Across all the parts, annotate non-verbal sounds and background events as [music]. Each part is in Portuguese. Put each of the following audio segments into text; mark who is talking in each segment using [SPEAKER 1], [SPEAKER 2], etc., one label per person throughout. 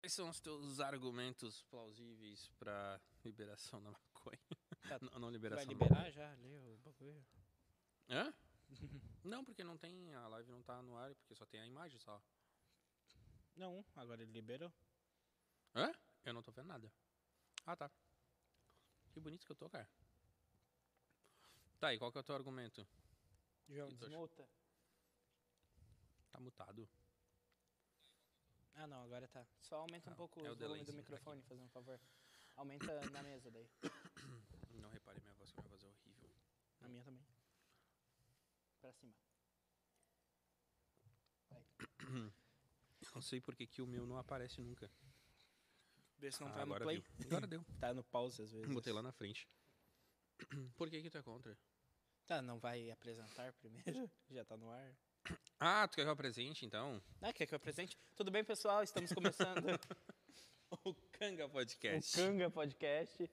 [SPEAKER 1] Quais são os teus argumentos plausíveis pra liberação da maconha? [laughs] Não, não liberação
[SPEAKER 2] Vai
[SPEAKER 1] da
[SPEAKER 2] liberar já, lê o bagulho. [laughs]
[SPEAKER 1] Hã? não, porque não tem. A live não tá no ar, porque só tem a imagem só.
[SPEAKER 2] Não, um, agora ele liberou.
[SPEAKER 1] Hã? Eu não tô vendo nada. Ah, tá. Que bonito que eu tô, cara. Tá, e qual que é o teu argumento?
[SPEAKER 2] João,
[SPEAKER 1] Que tu acha?
[SPEAKER 2] desmuta.
[SPEAKER 1] Tá mutado.
[SPEAKER 2] Ah, não, agora tá. Só aumenta um
[SPEAKER 1] Ah,
[SPEAKER 2] pouco
[SPEAKER 1] é
[SPEAKER 2] o
[SPEAKER 1] o
[SPEAKER 2] volume do
[SPEAKER 1] delayzinho
[SPEAKER 2] microfone, fazendo um favor. Aumenta na mesa daí.
[SPEAKER 1] Não repare minha voz, que minha voz é horrível.
[SPEAKER 2] Na minha também. Pra cima.
[SPEAKER 1] Não sei por que que o meu não aparece nunca.
[SPEAKER 2] Vê se não
[SPEAKER 1] Ah,
[SPEAKER 2] tá no
[SPEAKER 1] agora
[SPEAKER 2] play.
[SPEAKER 1] deu. Agora
[SPEAKER 2] [laughs]
[SPEAKER 1] deu.
[SPEAKER 2] Tá no pause às vezes.
[SPEAKER 1] Botei lá na
[SPEAKER 2] [clears throat]
[SPEAKER 1] frente. Por que que tu é contra?
[SPEAKER 2] Tá, não vai apresentar [laughs] primeiro? Já tá no ar.
[SPEAKER 1] Ah, tu quer que eu apresente, então?
[SPEAKER 2] Ah, quer que eu apresente? Tudo bem, pessoal?
[SPEAKER 1] [laughs]
[SPEAKER 2] Estamos começando
[SPEAKER 1] O Kanga
[SPEAKER 2] o
[SPEAKER 1] Podcast.
[SPEAKER 2] Canga Podcast.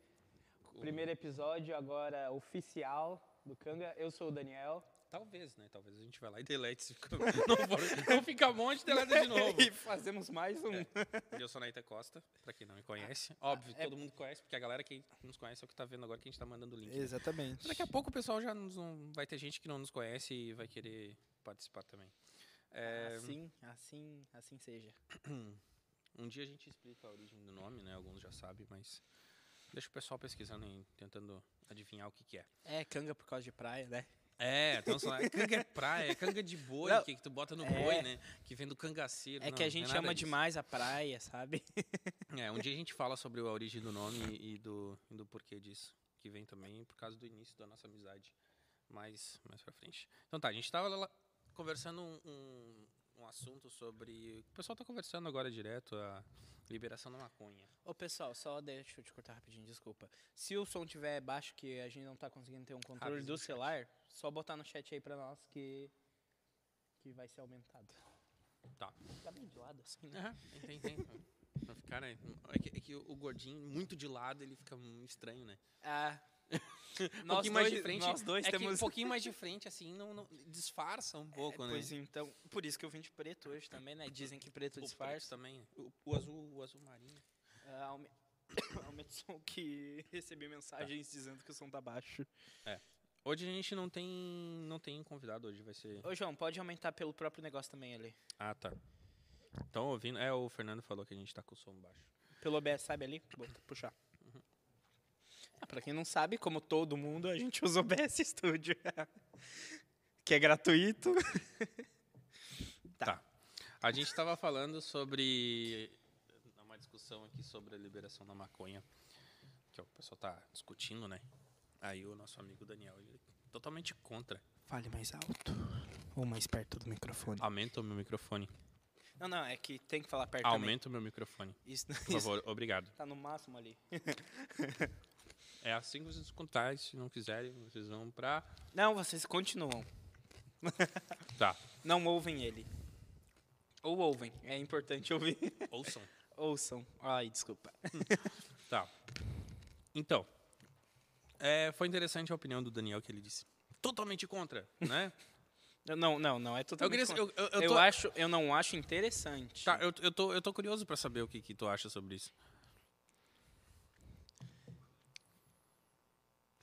[SPEAKER 1] O-
[SPEAKER 2] Primeiro episódio agora oficial do Canga. Eu sou o Daniel.
[SPEAKER 1] Talvez, né? Talvez a gente vai lá e delete. Se fica... [laughs] não, for- não fica bom, a gente
[SPEAKER 2] [laughs]
[SPEAKER 1] deleta
[SPEAKER 2] É
[SPEAKER 1] de novo. É,
[SPEAKER 2] e fazemos mais um.
[SPEAKER 1] E Eu sou Naita Costa, pra quem não me conhece. Óbvio, todo mundo conhece, porque a galera que nos conhece é o que tá vendo agora que a gente tá mandando o link.
[SPEAKER 2] Exatamente.
[SPEAKER 1] Daqui a pouco o pessoal já nos- não- vai ter gente que não nos conhece e vai querer participar também. É,
[SPEAKER 2] Assim, assim, assim seja.
[SPEAKER 1] um dia a gente explica a origem do nome, né? Alguns já sabem, mas deixa o pessoal pesquisando e tentando adivinhar o que, que é.
[SPEAKER 2] É, canga por causa de praia, né?
[SPEAKER 1] É, então sei lá, canga é praia, é canga de boi,
[SPEAKER 2] Não.
[SPEAKER 1] que, que tu bota no
[SPEAKER 2] É.
[SPEAKER 1] boi, né? Que vem do cangaceiro.
[SPEAKER 2] É
[SPEAKER 1] Não,
[SPEAKER 2] que a
[SPEAKER 1] não
[SPEAKER 2] gente
[SPEAKER 1] nada
[SPEAKER 2] ama
[SPEAKER 1] disso.
[SPEAKER 2] demais a praia, sabe?
[SPEAKER 1] É, um dia a gente fala sobre a origem do nome e do, e do porquê disso, que vem também por causa do início da nossa amizade, mais, mais pra frente. Então tá, a gente tava lá conversando um, um, um assunto sobre... O pessoal tá conversando agora direto, a liberação da maconha.
[SPEAKER 2] [laughs] Ô, pessoal, só deixa eu te cortar rapidinho, desculpa. Se o som tiver baixo, que a gente não tá conseguindo ter um controle
[SPEAKER 1] Avisa
[SPEAKER 2] do
[SPEAKER 1] no chat.
[SPEAKER 2] celular, só botar no chat aí pra nós que, que vai ser aumentado.
[SPEAKER 1] Tá.
[SPEAKER 2] Tá bem de lado assim, né?
[SPEAKER 1] Aham, tem, tem. Pra ficar, né? É que, é que o gordinho, muito de lado, ele fica hum, estranho, né?
[SPEAKER 2] [laughs] Ah.
[SPEAKER 1] Um
[SPEAKER 2] nós,
[SPEAKER 1] pouquinho mais
[SPEAKER 2] dois,
[SPEAKER 1] de frente,
[SPEAKER 2] nós dois
[SPEAKER 1] é que um
[SPEAKER 2] temos...
[SPEAKER 1] pouquinho mais de frente, assim, não, não- disfarça um pouco,
[SPEAKER 2] É,
[SPEAKER 1] né?
[SPEAKER 2] pois então, por isso que eu vim de preto hoje também, né? Dizem que preto
[SPEAKER 1] O
[SPEAKER 2] disfarça.
[SPEAKER 1] preto também. O, o azul, o azul marinho.
[SPEAKER 2] Ah, [coughs] aume- Aumenta o som que [coughs] recebi mensagens dizendo que o som tá baixo.
[SPEAKER 1] Hoje a gente não tem, não tem um convidado, hoje vai ser...
[SPEAKER 2] Ô, João, pode aumentar pelo próprio negócio também ali.
[SPEAKER 1] Ah, tá. Estão ouvindo? É, o Fernando falou que a gente tá com o som baixo.
[SPEAKER 2] Pelo OBS, sabe ali? Vou puxar. Ah, Uhum. pra quem não sabe, como todo mundo, a gente usa o OBS Studio. [laughs] que é gratuito.
[SPEAKER 1] Tá. A gente tava falando sobre... Uma discussão aqui sobre a liberação da maconha, que o pessoal tá discutindo, né? Aí o nosso amigo Daniel, ele é totalmente contra.
[SPEAKER 2] Fale mais alto. Ou mais perto do microfone.
[SPEAKER 1] Aumenta o meu microfone.
[SPEAKER 2] Não, não, é que tem que falar perto também.
[SPEAKER 1] Aumenta o meu microfone.
[SPEAKER 2] [laughs] Isso,
[SPEAKER 1] Por
[SPEAKER 2] isso
[SPEAKER 1] favor, obrigado.
[SPEAKER 2] tá no máximo ali.
[SPEAKER 1] É assim que vocês contarem, se não quiserem, vocês vão pra...
[SPEAKER 2] Não, vocês continuam.
[SPEAKER 1] Tá.
[SPEAKER 2] Não ouvem ele. Ou ouvem, é importante ouvir. [laughs]
[SPEAKER 1] Ouçam.
[SPEAKER 2] Ouçam. Ai, desculpa.
[SPEAKER 1] Tá. Então, é, foi interessante a opinião do Daniel que ele disse. Totalmente contra, [laughs] né?
[SPEAKER 2] Eu- Não, não, não, é
[SPEAKER 1] Eu,
[SPEAKER 2] totalmente.
[SPEAKER 1] queria,
[SPEAKER 2] contra.
[SPEAKER 1] eu, eu, eu
[SPEAKER 2] Eu
[SPEAKER 1] tô,
[SPEAKER 2] acho, eu não acho interessante.
[SPEAKER 1] tá, eu, eu tô, eu tô curioso pra saber o que, que tu acha sobre isso.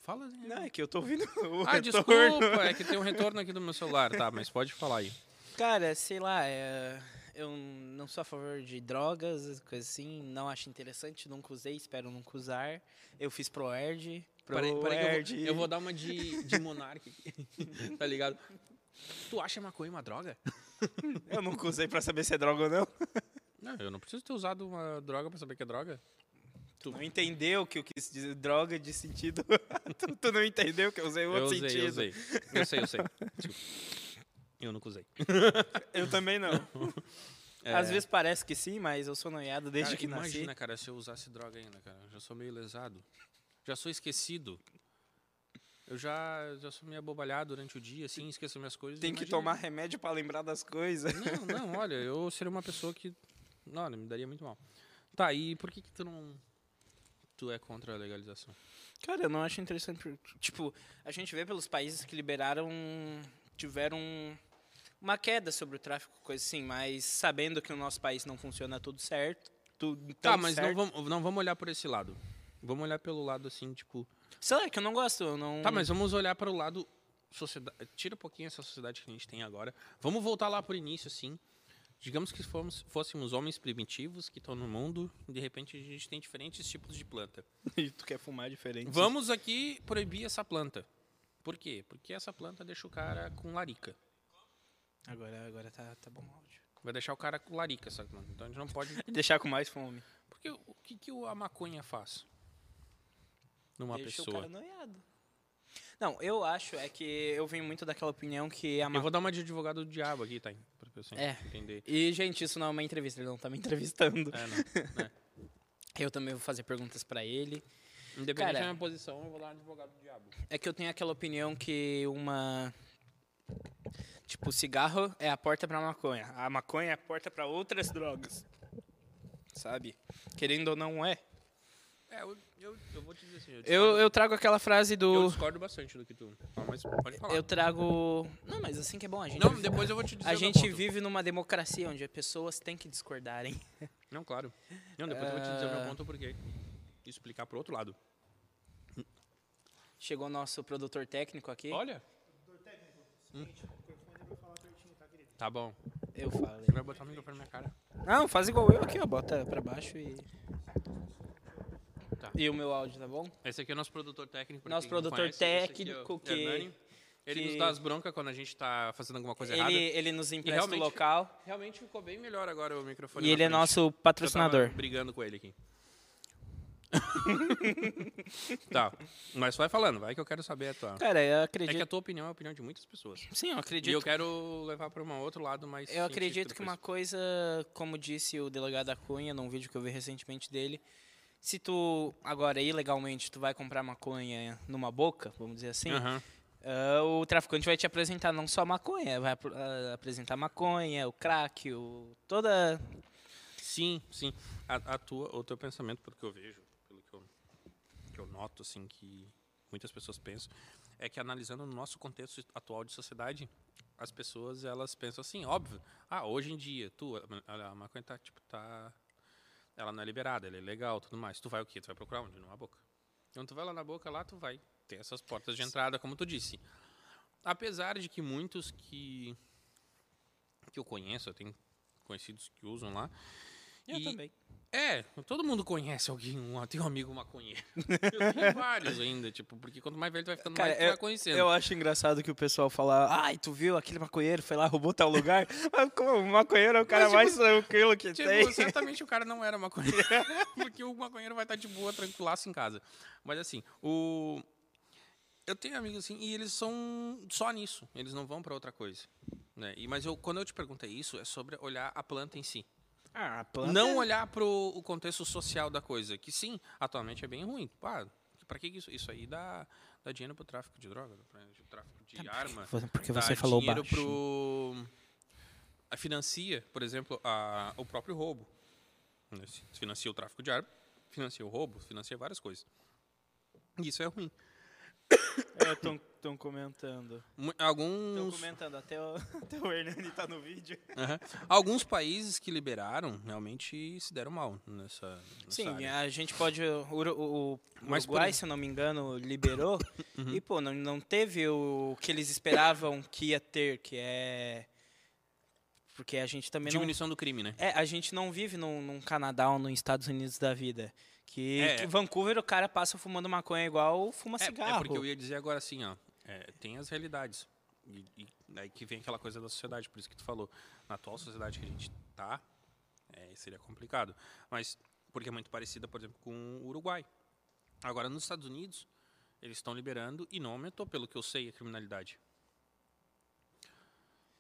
[SPEAKER 1] Fala, Daniel.
[SPEAKER 2] Não, é que eu tô ouvindo [laughs] o
[SPEAKER 1] Ah,
[SPEAKER 2] retorno.
[SPEAKER 1] desculpa, é que tem um retorno aqui do meu celular, tá? Mas pode falar aí.
[SPEAKER 2] Cara, sei lá, é, eu não sou a favor de drogas, coisa assim, não acho interessante, nunca usei, espero nunca usar. Eu fiz pro Erd, pro
[SPEAKER 1] Peraí, peraí que eu vou-
[SPEAKER 2] Erd.
[SPEAKER 1] eu, vou, dar uma de, de monarca aqui, [laughs] tá ligado? Tu acha maconha uma droga?
[SPEAKER 2] [laughs] Eu nunca usei pra saber se é droga ou não.
[SPEAKER 1] Não, eu não preciso ter usado uma droga pra saber que é droga.
[SPEAKER 2] Tu não entendeu que eu quis dizer droga de sentido. [laughs] tu, tu não entendeu que eu usei outro
[SPEAKER 1] eu usei,
[SPEAKER 2] sentido.
[SPEAKER 1] Eu usei, eu sei, eu
[SPEAKER 2] [laughs]
[SPEAKER 1] sei. Desculpa. Eu nunca usei.
[SPEAKER 2] Eu também não.
[SPEAKER 1] [laughs] É.
[SPEAKER 2] Às vezes parece que sim, mas eu sou noiado desde
[SPEAKER 1] Cara,
[SPEAKER 2] que nasci.
[SPEAKER 1] imagina, cara, se eu usasse droga ainda, cara. Eu já sou meio lesado. Já sou esquecido. Eu já, já sou meio abobalhado durante o dia, assim, esqueço minhas coisas.
[SPEAKER 2] Tem que
[SPEAKER 1] Imagina.
[SPEAKER 2] tomar remédio pra lembrar das coisas. [laughs]
[SPEAKER 1] Não, não, olha, eu seria uma pessoa que... Não, olha, me daria muito mal. Tá, e por que que tu não... Tu é contra a legalização?
[SPEAKER 2] Cara, eu não acho interessante. porque, Tipo, a gente vê pelos países que liberaram. tiveram uma queda sobre o tráfico, coisa assim, mas sabendo que o nosso país não funciona tudo certo, tu.
[SPEAKER 1] Tá,
[SPEAKER 2] tão
[SPEAKER 1] mas não
[SPEAKER 2] certo.
[SPEAKER 1] vamos, não vamos olhar por esse lado. Vamos olhar pelo lado assim, tipo.
[SPEAKER 2] Sei lá, que eu não gosto, eu não.
[SPEAKER 1] Tá, mas vamos olhar para o lado. Sociedade, tira um pouquinho essa sociedade que a gente tem agora. Vamos voltar lá pro início, assim. Digamos que fomos, fôssemos homens primitivos que estão no mundo, de repente a gente tem diferentes tipos de planta.
[SPEAKER 2] [laughs] E tu quer fumar diferente.
[SPEAKER 1] Vamos aqui proibir essa planta. Por quê? Porque essa planta deixa o cara com larica.
[SPEAKER 2] Agora, agora tá, tá bom o áudio.
[SPEAKER 1] Vai deixar o cara com larica essa planta. Então a gente não
[SPEAKER 2] [laughs]
[SPEAKER 1] pode.
[SPEAKER 2] Deixar com mais fome.
[SPEAKER 1] Porque o que, que a maconha faz? Numa
[SPEAKER 2] Deixa o
[SPEAKER 1] pessoa.
[SPEAKER 2] cara noiado. Não, eu acho, é que eu venho muito daquela opinião que a
[SPEAKER 1] Eu
[SPEAKER 2] maconha.
[SPEAKER 1] vou dar uma de advogado do diabo aqui, tá? Pra pessoa
[SPEAKER 2] É.
[SPEAKER 1] entender.
[SPEAKER 2] E, gente, isso não é uma entrevista, ele não tá me [laughs] entrevistando.
[SPEAKER 1] É, não. né?
[SPEAKER 2] [laughs] Eu também vou fazer perguntas pra ele.
[SPEAKER 1] Independente
[SPEAKER 2] Cara.
[SPEAKER 1] da minha posição, eu vou dar uma de advogado do diabo.
[SPEAKER 2] É que eu tenho aquela opinião que uma. Tipo, cigarro é a porta pra maconha. A maconha é a porta pra outras drogas. Sabe? Querendo ou não é.
[SPEAKER 1] É, eu, eu, eu vou te dizer assim. Eu
[SPEAKER 2] Eu,
[SPEAKER 1] discordo,
[SPEAKER 2] eu trago aquela frase
[SPEAKER 1] eu
[SPEAKER 2] do.
[SPEAKER 1] discordo bastante do que tu. fala, mas pode falar.
[SPEAKER 2] Eu trago. Não, mas assim que é bom a gente.
[SPEAKER 1] não, depois eu vou te dizer.
[SPEAKER 2] A
[SPEAKER 1] o meu
[SPEAKER 2] gente
[SPEAKER 1] ponto.
[SPEAKER 2] vive numa democracia onde as pessoas têm que discordarem.
[SPEAKER 1] Não, claro. Não, depois eu vou te dizer o meu
[SPEAKER 2] Ah.
[SPEAKER 1] ponto porque. E explicar pro outro lado.
[SPEAKER 2] Chegou o nosso produtor técnico aqui.
[SPEAKER 1] Olha. Hum? Tá bom.
[SPEAKER 2] Eu falo.
[SPEAKER 1] Você vai botar o microfone na minha cara.
[SPEAKER 2] Não, faz igual eu aqui, ó. Bota pra baixo e.
[SPEAKER 1] Tá.
[SPEAKER 2] E o meu áudio, tá bom?
[SPEAKER 1] Esse aqui é o nosso produtor técnico. pra
[SPEAKER 2] Nosso
[SPEAKER 1] quem não
[SPEAKER 2] produtor
[SPEAKER 1] conhece, esse aqui é o
[SPEAKER 2] técnico que-
[SPEAKER 1] Hernani. Ele
[SPEAKER 2] que-
[SPEAKER 1] nos dá as broncas quando a gente tá fazendo alguma coisa
[SPEAKER 2] Ele,
[SPEAKER 1] errada.
[SPEAKER 2] ele nos empresta o
[SPEAKER 1] realmente-
[SPEAKER 2] local
[SPEAKER 1] Realmente ficou bem melhor agora o microfone.
[SPEAKER 2] e
[SPEAKER 1] na
[SPEAKER 2] ele é
[SPEAKER 1] frente.
[SPEAKER 2] nosso
[SPEAKER 1] Eu tava
[SPEAKER 2] patrocinador.
[SPEAKER 1] brigando com ele aqui. tá, mas vai falando, vai que eu quero saber a tua.
[SPEAKER 2] Cara, eu
[SPEAKER 1] É
[SPEAKER 2] acredito.
[SPEAKER 1] que a tua opinião é a opinião de muitas pessoas.
[SPEAKER 2] Sim, eu
[SPEAKER 1] E
[SPEAKER 2] acredito.
[SPEAKER 1] eu quero levar para um outro lado mais.
[SPEAKER 2] Eu acredito
[SPEAKER 1] científico
[SPEAKER 2] que
[SPEAKER 1] da
[SPEAKER 2] uma coisa, como disse o delegado Acunha num vídeo que eu vi recentemente dele, se tu agora ilegalmente tu vai comprar maconha numa boca, vamos dizer assim,
[SPEAKER 1] coisa. Aham.
[SPEAKER 2] ah, o traficante vai te apresentar não só maconha, vai apro- ah, apresentar maconha, o crack, o toda
[SPEAKER 1] Sim, sim. A, a tua, o teu pensamento, pelo que eu vejo, pelo que eu, que eu noto, assim, que muitas pessoas pensam, é que analisando no nosso contexto atual de sociedade, as pessoas elas pensam assim, óbvio. Ah, hoje em dia, tu, a, a maconha tá, tipo, tá. Ela não é liberada, ela é legal, tudo mais. Tu vai o quê? Tu vai procurar onde? Numa boca. Então tu vai lá na boca, lá tu vai ter essas portas de entrada, como tu disse. Apesar de que muitos que que eu conheço, eu tenho conhecidos que usam lá.
[SPEAKER 2] Eu
[SPEAKER 1] e-
[SPEAKER 2] também.
[SPEAKER 1] É, todo mundo conhece alguém, um, [laughs] tem um amigo maconheiro. Eu tenho vários ainda, tipo, porque quanto mais velho tu vai ficando,
[SPEAKER 2] Cara,
[SPEAKER 1] mais tu
[SPEAKER 2] eu-
[SPEAKER 1] vai conhecendo.
[SPEAKER 2] Eu acho engraçado que o pessoal fala, ai, tu viu aquele maconheiro, foi lá, roubou tal [laughs] lugar. Mas como o maconheiro é o cara
[SPEAKER 1] tipo,
[SPEAKER 2] mais tranquilo que
[SPEAKER 1] Tipo,
[SPEAKER 2] tem.
[SPEAKER 1] certamente o cara não era maconheiro. [laughs] porque o maconheiro vai estar de boa, tranquilaço em casa. Mas assim, o. Eu tenho amigos assim, e eles são só nisso. Eles não vão para outra coisa. Né? E, mas eu, quando eu te perguntei isso, é sobre olhar a planta em si.
[SPEAKER 2] Ah, a planta-
[SPEAKER 1] Não olhar para o contexto social da coisa, que sim, atualmente é bem ruim. Pá, pra que que isso? Isso aí dá, dá dinheiro pro tráfico de droga, dá pra- de tráfico
[SPEAKER 2] Tá
[SPEAKER 1] de arma.
[SPEAKER 2] Porque
[SPEAKER 1] dá
[SPEAKER 2] você falou
[SPEAKER 1] dinheiro
[SPEAKER 2] baixo.
[SPEAKER 1] pro a financia, por exemplo, a, o próprio roubo. Né, se Financia o tráfico de arma, financia o roubo, financia várias coisas. E Isso é ruim.
[SPEAKER 2] É, estão comentando.
[SPEAKER 1] Mu-
[SPEAKER 2] Estão
[SPEAKER 1] Alguns
[SPEAKER 2] comentando, até o, [laughs] até o Hernani tá no vídeo.
[SPEAKER 1] Aham. alguns países que liberaram realmente se deram mal nessa, nessa
[SPEAKER 2] Sim,
[SPEAKER 1] área.
[SPEAKER 2] a gente pode. O, Uru- o
[SPEAKER 1] Mas, por
[SPEAKER 2] Uruguai,
[SPEAKER 1] exemplo-
[SPEAKER 2] se eu não me engano, [coughs] liberou. E, pô, não, não teve o que eles esperavam que ia ter, que é. Porque a gente também não.
[SPEAKER 1] diminuição do crime, né?
[SPEAKER 2] É, a gente não vive num, num Canadá ou nos Estados Unidos da vida. Que,
[SPEAKER 1] É.
[SPEAKER 2] que Vancouver o cara passa fumando maconha igual fuma
[SPEAKER 1] É,
[SPEAKER 2] cigarro.
[SPEAKER 1] É porque eu ia dizer agora assim, ó. é, tem as realidades. E, e aí que vem aquela coisa da sociedade, por isso que tu falou. Na atual sociedade que a gente tá, é, seria complicado. Mas, porque é muito parecida, por exemplo, com o Uruguai. Agora, nos Estados Unidos, eles estão liberando e não aumentou, pelo que eu sei, a criminalidade.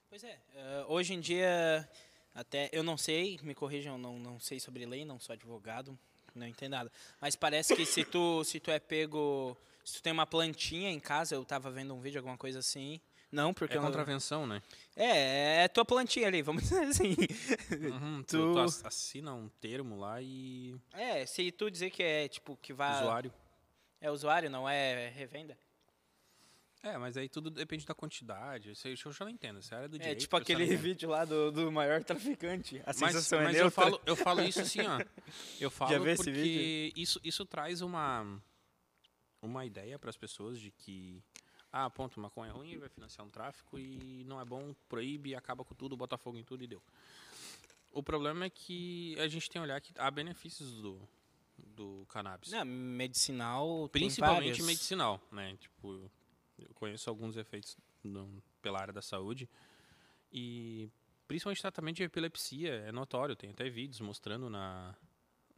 [SPEAKER 2] Pois é, eh, hoje em dia, até eu não sei, me corrijam, não, não sei sobre lei, não sou advogado, não entendo nada. Mas parece que se tu, se tu é pego, se tu tem uma plantinha em casa, eu tava vendo um vídeo, alguma coisa assim. Não, porque
[SPEAKER 1] é
[SPEAKER 2] eu-
[SPEAKER 1] contravenção, né?
[SPEAKER 2] é, é tua plantinha ali, vamos [laughs] dizer assim.
[SPEAKER 1] Uhum, tu...
[SPEAKER 2] tu-
[SPEAKER 1] tu ass- assina um termo lá e...
[SPEAKER 2] É, se tu dizer que é tipo que vai
[SPEAKER 1] Usuário.
[SPEAKER 2] é usuário, não é revenda.
[SPEAKER 1] É, mas aí tudo depende da quantidade. Isso aí eu já não entendo. Isso é a área do
[SPEAKER 2] É
[SPEAKER 1] direito.
[SPEAKER 2] tipo
[SPEAKER 1] eu só não
[SPEAKER 2] aquele
[SPEAKER 1] entendo.
[SPEAKER 2] vídeo lá do, do maior traficante. A sensação
[SPEAKER 1] mas
[SPEAKER 2] é neutra.
[SPEAKER 1] eu falo, eu falo isso assim, ó.
[SPEAKER 2] [laughs]
[SPEAKER 1] Eu falo
[SPEAKER 2] viu esse
[SPEAKER 1] porque
[SPEAKER 2] vídeo?
[SPEAKER 1] isso isso traz uma uma ideia para as pessoas de que ah, ponto, maconha é ruim, vai financiar um tráfico e não é bom, proíbe, acaba com tudo, bota fogo em tudo e deu. O problema é que a gente tem que olhar que há benefícios do do cannabis.
[SPEAKER 2] Não, medicinal. tem
[SPEAKER 1] Principalmente
[SPEAKER 2] várias.
[SPEAKER 1] medicinal, né? Tipo, eu conheço alguns efeitos no- pela área da saúde e principalmente tratamento de epilepsia é notório. Tem até vídeos mostrando na,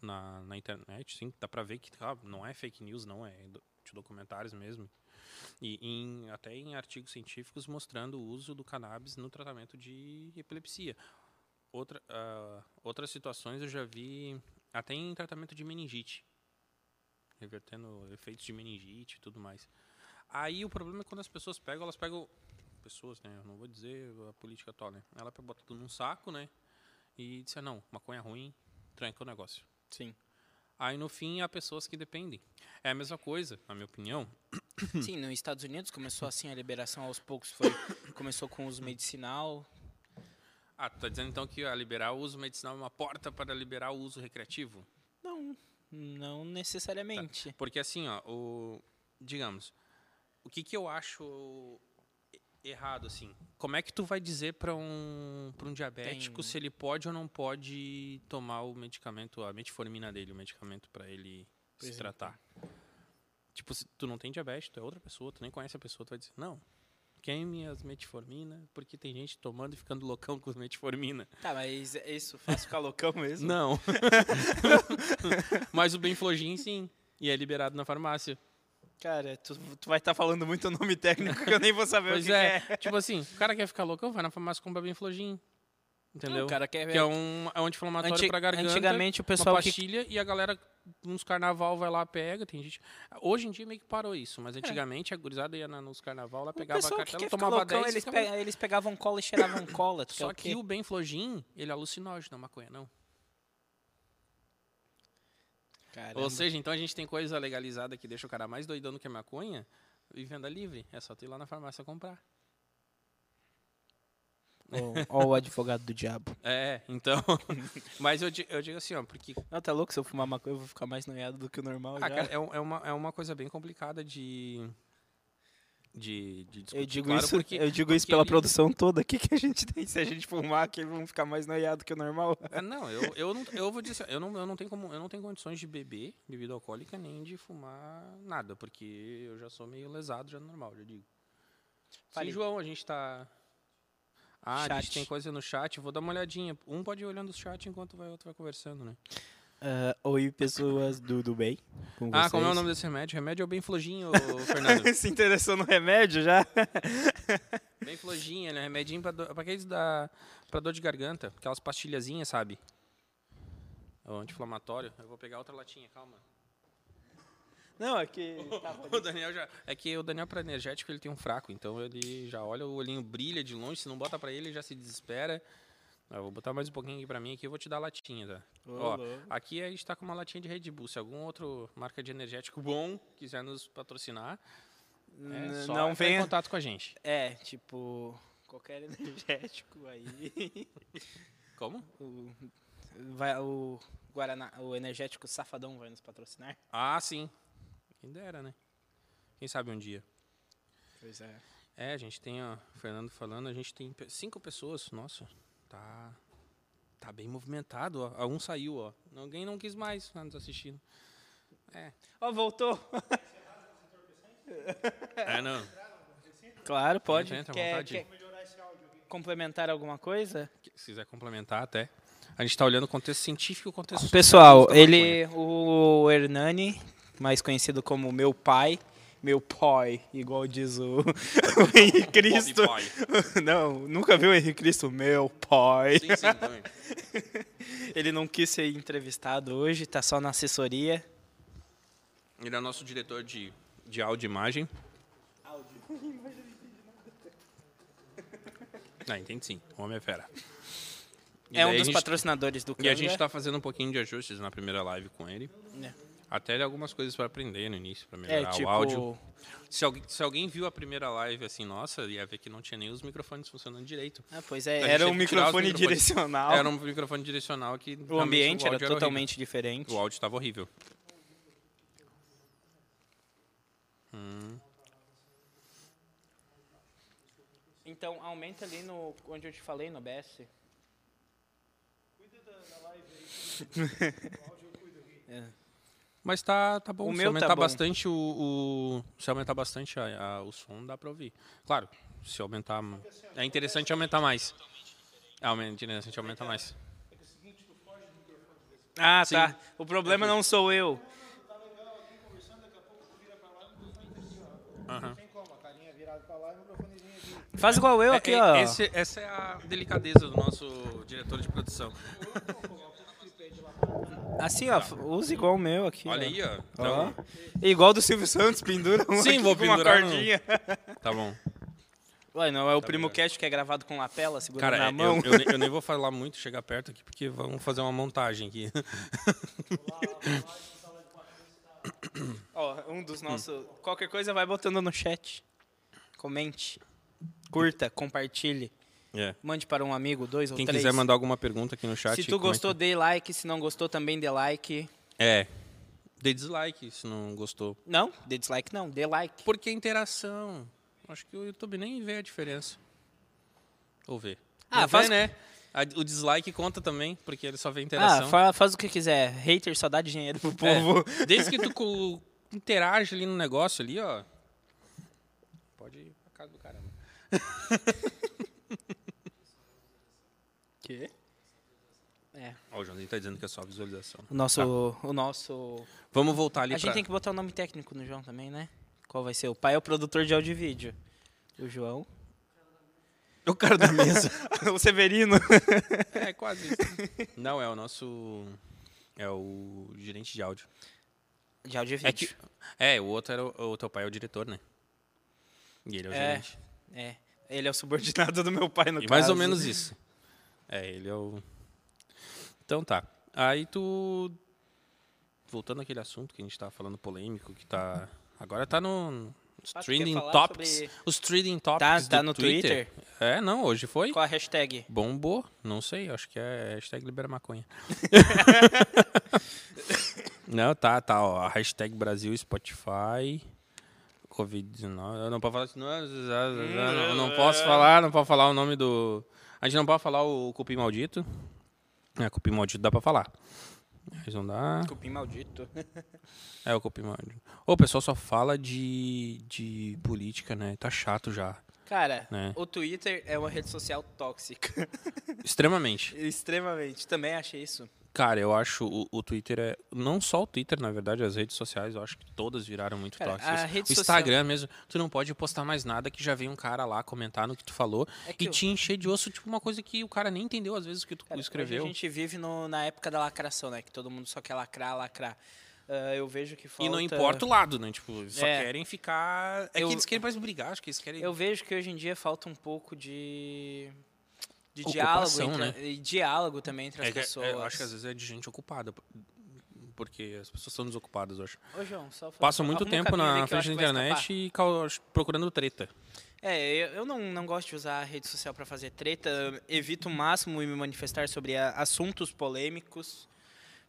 [SPEAKER 1] na, na internet, sim, dá pra ver que ah, não é fake news, não é do- de documentários mesmo. E em- até em artigos científicos mostrando o uso do cannabis no tratamento de epilepsia. Outra, ah, outras situações eu já vi até em tratamento de meningite revertendo efeitos de meningite e tudo mais. Aí o problema é quando as pessoas pegam, elas pegam pessoas, né? Eu não vou dizer a política atual, né? Ela pe- bota tudo num saco, né? E disse, "Ah, não, maconha é ruim, tranca o negócio.
[SPEAKER 2] Sim.
[SPEAKER 1] Aí no fim há pessoas que dependem. É a mesma coisa, na minha opinião.
[SPEAKER 2] [laughs] Sim, nos Estados Unidos começou assim a liberação aos poucos. Foi, [coughs] começou com uso medicinal.
[SPEAKER 1] Ah, tu tá dizendo então que a liberar o uso medicinal é uma porta para liberar o uso recreativo?
[SPEAKER 2] Não, não necessariamente.
[SPEAKER 1] Porque assim, ó, o, digamos, o que que eu acho e- errado assim? Como é que tu vai dizer para um para um diabético
[SPEAKER 2] Tem-
[SPEAKER 1] se ele pode ou não pode tomar o medicamento, a metformina dele, o medicamento para ele
[SPEAKER 2] Por
[SPEAKER 1] se
[SPEAKER 2] exemplo.
[SPEAKER 1] tratar? Tipo, se tu não tem diabetes, tu é outra pessoa, tu nem conhece a pessoa, tu vai dizer: "Não, queime as metformina, porque tem gente tomando e ficando loucão com metformina".
[SPEAKER 2] Tá, mas é isso faz ficar loucão
[SPEAKER 1] [laughs]
[SPEAKER 2] mesmo?
[SPEAKER 1] Não. Mas o Benflogin sim, e é liberado na farmácia.
[SPEAKER 2] Cara, tu, tu vai estar falando muito nome técnico que eu nem vou saber o
[SPEAKER 1] Pois
[SPEAKER 2] que
[SPEAKER 1] é.
[SPEAKER 2] que
[SPEAKER 1] Tipo assim, o cara quer ficar loucão, vai na farmácia comprar bem flojinho. Entendeu?
[SPEAKER 2] Não, o cara quer...
[SPEAKER 1] Que é um, é um anti-inflamatório
[SPEAKER 2] Anti-
[SPEAKER 1] pra garganta.
[SPEAKER 2] Antigamente o
[SPEAKER 1] uma
[SPEAKER 2] pessoal que...
[SPEAKER 1] pastilha e a galera nos carnaval vai lá, pega. Tem gente. Hoje em dia meio que parou isso, mas antigamente a gurizada ia na- nos carnaval, lá
[SPEAKER 2] É. O
[SPEAKER 1] pegava a
[SPEAKER 2] pessoal que
[SPEAKER 1] cartela,
[SPEAKER 2] quer ficar
[SPEAKER 1] tomava
[SPEAKER 2] loucão,
[SPEAKER 1] 10
[SPEAKER 2] eles,
[SPEAKER 1] ficava-
[SPEAKER 2] pe- eles pegavam cola e cheiravam cola. tá Tu quer
[SPEAKER 1] Só
[SPEAKER 2] o quê?
[SPEAKER 1] que o Benflogin, ele é alucinógeno, a maconha não. Ou
[SPEAKER 2] Caramba.
[SPEAKER 1] seja, então a gente tem coisa legalizada que deixa o cara mais doidão do que a maconha e venda livre. É só tu ir lá na farmácia comprar.
[SPEAKER 2] Ó o advogado do diabo.
[SPEAKER 1] É, então. [laughs] mas eu, di- eu digo assim, ó, porque
[SPEAKER 2] Não, tá louco? Se eu fumar maconha, eu vou ficar mais noiado do que o normal
[SPEAKER 1] Ah,
[SPEAKER 2] já.
[SPEAKER 1] cara, é, um- é uma, é uma coisa bem complicada de. De, de discutir.
[SPEAKER 2] eu digo
[SPEAKER 1] claro,
[SPEAKER 2] isso,
[SPEAKER 1] porque-
[SPEAKER 2] eu digo isso
[SPEAKER 1] porque
[SPEAKER 2] pela
[SPEAKER 1] ele-
[SPEAKER 2] produção toda aqui que a gente tem. Se a gente fumar, que eles vão ficar mais noiado que o normal.
[SPEAKER 1] Ah, não, eu, eu não, eu vou dizer assim, eu não, eu não tenho como, eu não tenho condições de beber bebida alcoólica nem de fumar nada, porque eu já sou meio lesado, já normal, já digo. Sim,
[SPEAKER 2] Fale.
[SPEAKER 1] João, a gente tá. Ah, a gente
[SPEAKER 2] Chat.
[SPEAKER 1] tem coisa no chat, vou dar uma olhadinha. Um pode ir olhando o chat enquanto vai, outro vai conversando, né?
[SPEAKER 2] Ah, oi, pessoas do, do bem. Com
[SPEAKER 1] Ah, como é o nome desse remédio? Remédio é o Benflogin, ô, Fernando.
[SPEAKER 2] [laughs] Se interessou no remédio já?
[SPEAKER 1] Bem flojinha, né? Remedinho pra, do... pra aqueles da... pra dor de garganta. Aquelas pastilhazinhas, sabe? É o anti-inflamatório. Eu vou pegar outra latinha, calma.
[SPEAKER 2] Não, é que.
[SPEAKER 1] [laughs] O Daniel já... É que o Daniel pra energético ele tem um fraco, então ele já olha, o olhinho brilha de longe, se não bota pra ele, ele já se desespera. Eu vou botar mais um pouquinho aqui pra mim aqui, eu vou te dar a latinha, tá? Ó, aqui a gente tá com uma latinha de Red Bull. Se algum outro marca de energético bom quiser nos patrocinar, é só
[SPEAKER 2] não
[SPEAKER 1] entrar em
[SPEAKER 2] venha.
[SPEAKER 1] contato com a gente.
[SPEAKER 2] É, tipo. Qualquer energético aí. [laughs]
[SPEAKER 1] Como?
[SPEAKER 2] o, vai, o, Guaraná, o energético Safadão vai nos patrocinar.
[SPEAKER 1] Ah, sim. Quem dera, né? Quem sabe um dia.
[SPEAKER 2] Pois é.
[SPEAKER 1] É, a gente tem, ó, o Fernando falando, a gente tem pe- cinco pessoas. Nossa, tá. Tá bem movimentado, ó. Ah, Um saiu, ó. Alguém não quis mais tá nos assistindo.
[SPEAKER 2] Ó, voltou!
[SPEAKER 1] É, não.
[SPEAKER 2] Claro, pode.
[SPEAKER 1] Entra, entra à
[SPEAKER 2] quer,
[SPEAKER 1] vontade.
[SPEAKER 2] quer complementar alguma coisa?
[SPEAKER 1] Se quiser complementar até. A gente tá olhando o contexto científico e o contexto.
[SPEAKER 2] Pessoal,
[SPEAKER 1] da
[SPEAKER 2] ele, o Hernani, mais conhecido como meu pai, meu pai, igual diz o, [laughs] o Henrique Cristo. [laughs]
[SPEAKER 1] Bob
[SPEAKER 2] Não, nunca viu o Henrique Cristo, meu pai.
[SPEAKER 1] Sim, então. sim, também.
[SPEAKER 2] Ele não quis ser entrevistado hoje, tá só na assessoria.
[SPEAKER 1] Ele é nosso diretor de, de áudio e imagem. Ah, entendi sim. O homem é fera. E
[SPEAKER 2] é
[SPEAKER 1] daí
[SPEAKER 2] um
[SPEAKER 1] a
[SPEAKER 2] É dos
[SPEAKER 1] gente-
[SPEAKER 2] patrocinadores do
[SPEAKER 1] E
[SPEAKER 2] Canga.
[SPEAKER 1] a gente tá fazendo um pouquinho de ajustes na primeira live com ele.
[SPEAKER 2] É.
[SPEAKER 1] Até algumas coisas para aprender no início, para melhorar
[SPEAKER 2] tipo,
[SPEAKER 1] o áudio. Se alguém, se alguém viu a primeira live assim, nossa, ia ver que não tinha nem os microfones funcionando direito.
[SPEAKER 2] Ah, pois
[SPEAKER 1] A
[SPEAKER 2] é,
[SPEAKER 1] gente
[SPEAKER 2] era
[SPEAKER 1] teve
[SPEAKER 2] um
[SPEAKER 1] que tirar os
[SPEAKER 2] microfone
[SPEAKER 1] microfones.
[SPEAKER 2] direcional.
[SPEAKER 1] Era um microfone direcional que
[SPEAKER 2] o
[SPEAKER 1] realmente
[SPEAKER 2] ambiente era
[SPEAKER 1] áudio
[SPEAKER 2] totalmente diferente.
[SPEAKER 1] horrível. O áudio estava horrível.
[SPEAKER 2] Então aumenta ali no onde eu te falei, no BS.
[SPEAKER 1] Mas tá, tá bom.
[SPEAKER 2] O
[SPEAKER 1] se
[SPEAKER 2] meu tá
[SPEAKER 1] aumentar
[SPEAKER 2] bom.
[SPEAKER 1] bastante o, o- se aumentar bastante a- a- o som, dá para ouvir. Claro, se aumentar é interessante aumentar mais. É aumen- interessante aumentar mais.
[SPEAKER 2] Ah,
[SPEAKER 1] Sim. É,
[SPEAKER 2] tá. O problema não sou eu.
[SPEAKER 1] Aham.
[SPEAKER 3] Como? A carinha virada pra lá e o microfonezinho aqui.
[SPEAKER 2] Faz igual eu aqui,
[SPEAKER 1] É- é-
[SPEAKER 2] ó.
[SPEAKER 1] esse- essa é a delicadeza do nosso diretor de produção.
[SPEAKER 2] Assim, ó, f- usa igual o meu aqui.
[SPEAKER 1] Tá. Olha
[SPEAKER 2] ó.
[SPEAKER 1] aí, ó.
[SPEAKER 2] Ó.
[SPEAKER 1] Então,
[SPEAKER 2] É Igual do Silvio Santos, pendura um
[SPEAKER 1] Sim,
[SPEAKER 2] aqui
[SPEAKER 1] vou
[SPEAKER 2] com uma
[SPEAKER 1] pendurar no- [laughs]
[SPEAKER 2] cordinha.
[SPEAKER 1] tá bom.
[SPEAKER 2] Ué, não, é o
[SPEAKER 1] Tá
[SPEAKER 2] Primo
[SPEAKER 1] melhor.
[SPEAKER 2] Cast que é gravado com lapela, segurando
[SPEAKER 1] Cara, é,
[SPEAKER 2] na
[SPEAKER 1] eu-
[SPEAKER 2] mão.
[SPEAKER 1] Eu, ne- eu nem vou falar muito, chegar perto aqui, porque vamos fazer uma montagem
[SPEAKER 2] [laughs]
[SPEAKER 1] aqui.
[SPEAKER 2] Ó, um
[SPEAKER 1] Hum.
[SPEAKER 2] dos nossos... Qualquer coisa vai botando no chat. Comente. Curta, compartilhe.
[SPEAKER 1] É.
[SPEAKER 2] Mande para um amigo, dois ou
[SPEAKER 1] Quem
[SPEAKER 2] três.
[SPEAKER 1] quiser mandar alguma pergunta aqui no chat.
[SPEAKER 2] Se tu
[SPEAKER 1] comenta.
[SPEAKER 2] gostou, dê like. Se não gostou, também dê like.
[SPEAKER 1] É. Dê dislike se não gostou.
[SPEAKER 2] Não, dê dislike não, dê like.
[SPEAKER 1] Porque interação. Acho que o YouTube nem vê a diferença. Ou vê.
[SPEAKER 2] Ah,
[SPEAKER 1] Não
[SPEAKER 2] faz-
[SPEAKER 1] vê, né? A- o dislike conta também, porque ele só vê
[SPEAKER 2] Ah,
[SPEAKER 1] interação.
[SPEAKER 2] fa- faz o que quiser. Hater só dá dinheiro pro
[SPEAKER 1] É,
[SPEAKER 2] povo. [laughs]
[SPEAKER 1] Desde que tu co- interage ali no negócio ali, ó. Pode ir pra casa do caramba.
[SPEAKER 2] Quê? É.
[SPEAKER 1] Ó, o Joãozinho tá dizendo que é só visualização.
[SPEAKER 2] O nosso. O nosso.
[SPEAKER 1] Vamos voltar ali
[SPEAKER 2] Tá. a gente
[SPEAKER 1] pra...
[SPEAKER 2] tem que botar o nome técnico no João também, né? Qual vai ser? O pai é o produtor de áudio e vídeo. O João.
[SPEAKER 1] O cara da mesa.
[SPEAKER 2] [laughs] o Severino.
[SPEAKER 1] é, quase isso. [laughs] Não, é o nosso... É o gerente de áudio.
[SPEAKER 2] De áudio e vídeo.
[SPEAKER 1] É, que, é, o outro era o, o teu pai é o diretor, né? E ele é o
[SPEAKER 2] É,
[SPEAKER 1] gerente.
[SPEAKER 2] É. Ele é o subordinado do meu pai no
[SPEAKER 1] E
[SPEAKER 2] caso.
[SPEAKER 1] mais ou menos isso. É, ele é o. Então tá. Aí tu. Voltando àquele assunto que a gente tava falando polêmico, que tá. Agora tá no. Os
[SPEAKER 2] Ah, tu quer
[SPEAKER 1] trending
[SPEAKER 2] falar
[SPEAKER 1] topics.
[SPEAKER 2] sobre-
[SPEAKER 1] Os trending topics. do
[SPEAKER 2] tá no
[SPEAKER 1] Twitter. É, não, hoje foi.
[SPEAKER 2] Qual a hashtag?
[SPEAKER 1] Bombou, não sei, acho que é hashtag libera maconha. não, tá, tá, ó, a hashtag Brasil Spotify, Covid-19, eu não posso falar, isso, não, não, não posso falar, não posso falar o nome do, a gente não pode falar o cupim maldito, é, cupim maldito dá pra falar, mas não dá,
[SPEAKER 2] Cupim maldito.
[SPEAKER 1] é o cupim maldito. Ô, o pessoal só fala de, de política, né, tá chato já,
[SPEAKER 2] Cara,
[SPEAKER 1] É.
[SPEAKER 2] o Twitter é uma rede social tóxica. [laughs]
[SPEAKER 1] extremamente.
[SPEAKER 2] Extremamente. Também achei isso.
[SPEAKER 1] Cara, eu acho o, o Twitter é. Não só o Twitter, na verdade, as redes sociais, eu acho que todas viraram muito
[SPEAKER 2] Cara,
[SPEAKER 1] tóxicas.
[SPEAKER 2] a
[SPEAKER 1] o
[SPEAKER 2] rede
[SPEAKER 1] Instagram mesmo, tu não pode postar mais nada que já vem um cara lá comentar no que tu falou
[SPEAKER 2] É que
[SPEAKER 1] e
[SPEAKER 2] eu-
[SPEAKER 1] te encher de osso, tipo, uma coisa que o cara nem entendeu às vezes o que tu
[SPEAKER 2] Cara, hoje
[SPEAKER 1] escreveu.
[SPEAKER 2] A gente vive no- na época da lacração, né? Que todo mundo só quer lacrar, lacrar. Ah, eu vejo que falta...
[SPEAKER 1] E não importa o lado, né? Tipo, eles só
[SPEAKER 2] É.
[SPEAKER 1] querem ficar. É
[SPEAKER 2] Eu-
[SPEAKER 1] que eles querem mais brigar, acho que eles querem.
[SPEAKER 2] Eu vejo que hoje em dia falta um pouco de... De diálogo,
[SPEAKER 1] Ocupação, né?
[SPEAKER 2] entre- e diálogo também entre as
[SPEAKER 1] É que- é-
[SPEAKER 2] pessoas.
[SPEAKER 1] eu acho que às vezes é de gente ocupada. Porque as pessoas são desocupadas, eu acho.
[SPEAKER 2] Ô, João, só fazer-
[SPEAKER 1] Passam muito
[SPEAKER 2] arruma um
[SPEAKER 1] tempo
[SPEAKER 2] caminho ali
[SPEAKER 1] na
[SPEAKER 2] que eu
[SPEAKER 1] frente da
[SPEAKER 2] acho que vai
[SPEAKER 1] internet e cau- procurando treta.
[SPEAKER 2] escapar. É, eu, eu não, não gosto de usar a rede social pra fazer treta. eu Evito o máximo em me manifestar sobre a- assuntos polêmicos,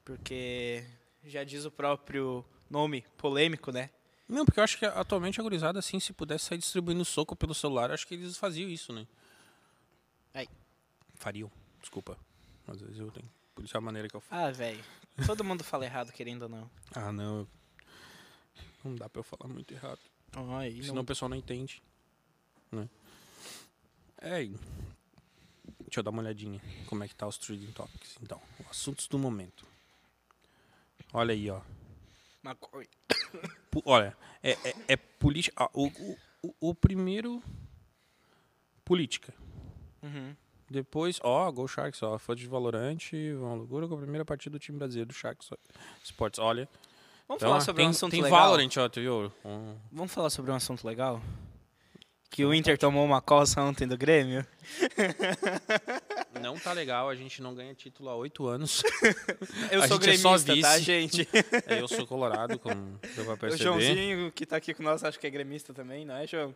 [SPEAKER 2] porque já diz o próprio nome, polêmico, né?
[SPEAKER 1] Não, porque eu acho que atualmente a gurizada, assim, se pudesse sair distribuindo soco pelo celular, acho que eles faziam isso, né?
[SPEAKER 2] Ai.
[SPEAKER 1] Fariam, desculpa. Às vezes eu tenho. Por isso é a maneira que eu falo.
[SPEAKER 2] Ah, velho. Todo mundo fala errado, querendo ou não.
[SPEAKER 1] Ah, não. eu- Não dá pra eu falar muito errado.
[SPEAKER 2] Ai,
[SPEAKER 1] Senão o pessoal não entende. Né? É. e- Deixa eu dar uma olhadinha como é que tá os trading topics. Então, assuntos do momento. Olha aí, ó.
[SPEAKER 2] Maconha.
[SPEAKER 1] Pu- Olha, é, é, é política. ah, o, o, o- o primeiro. Política.
[SPEAKER 2] Uhum.
[SPEAKER 1] Depois, ó, Gol Sharks, ó, fã de Valorante, vão à loucura com a primeira partida do time brasileiro do Sharks ó, Sports. Olha,
[SPEAKER 2] Vamos
[SPEAKER 1] então,
[SPEAKER 2] falar
[SPEAKER 1] ó,
[SPEAKER 2] sobre
[SPEAKER 1] tem,
[SPEAKER 2] um assunto
[SPEAKER 1] tem
[SPEAKER 2] legal.
[SPEAKER 1] Valorant, ó, tu viu? Um-
[SPEAKER 2] Vamos falar sobre um assunto legal? Que o Inter tomou uma coça ontem do Grêmio.
[SPEAKER 1] não tá legal, a gente não ganha título há oito
[SPEAKER 2] [laughs]
[SPEAKER 1] anos.
[SPEAKER 2] Eu
[SPEAKER 1] A
[SPEAKER 2] sou
[SPEAKER 1] gente é só
[SPEAKER 2] gremista, tá,
[SPEAKER 1] vice.
[SPEAKER 2] gente?
[SPEAKER 1] Eu sou colorado, como deu pra
[SPEAKER 2] O
[SPEAKER 1] perceber.
[SPEAKER 2] Joãozinho, que tá aqui com nós, acho que é gremista também, não é, João?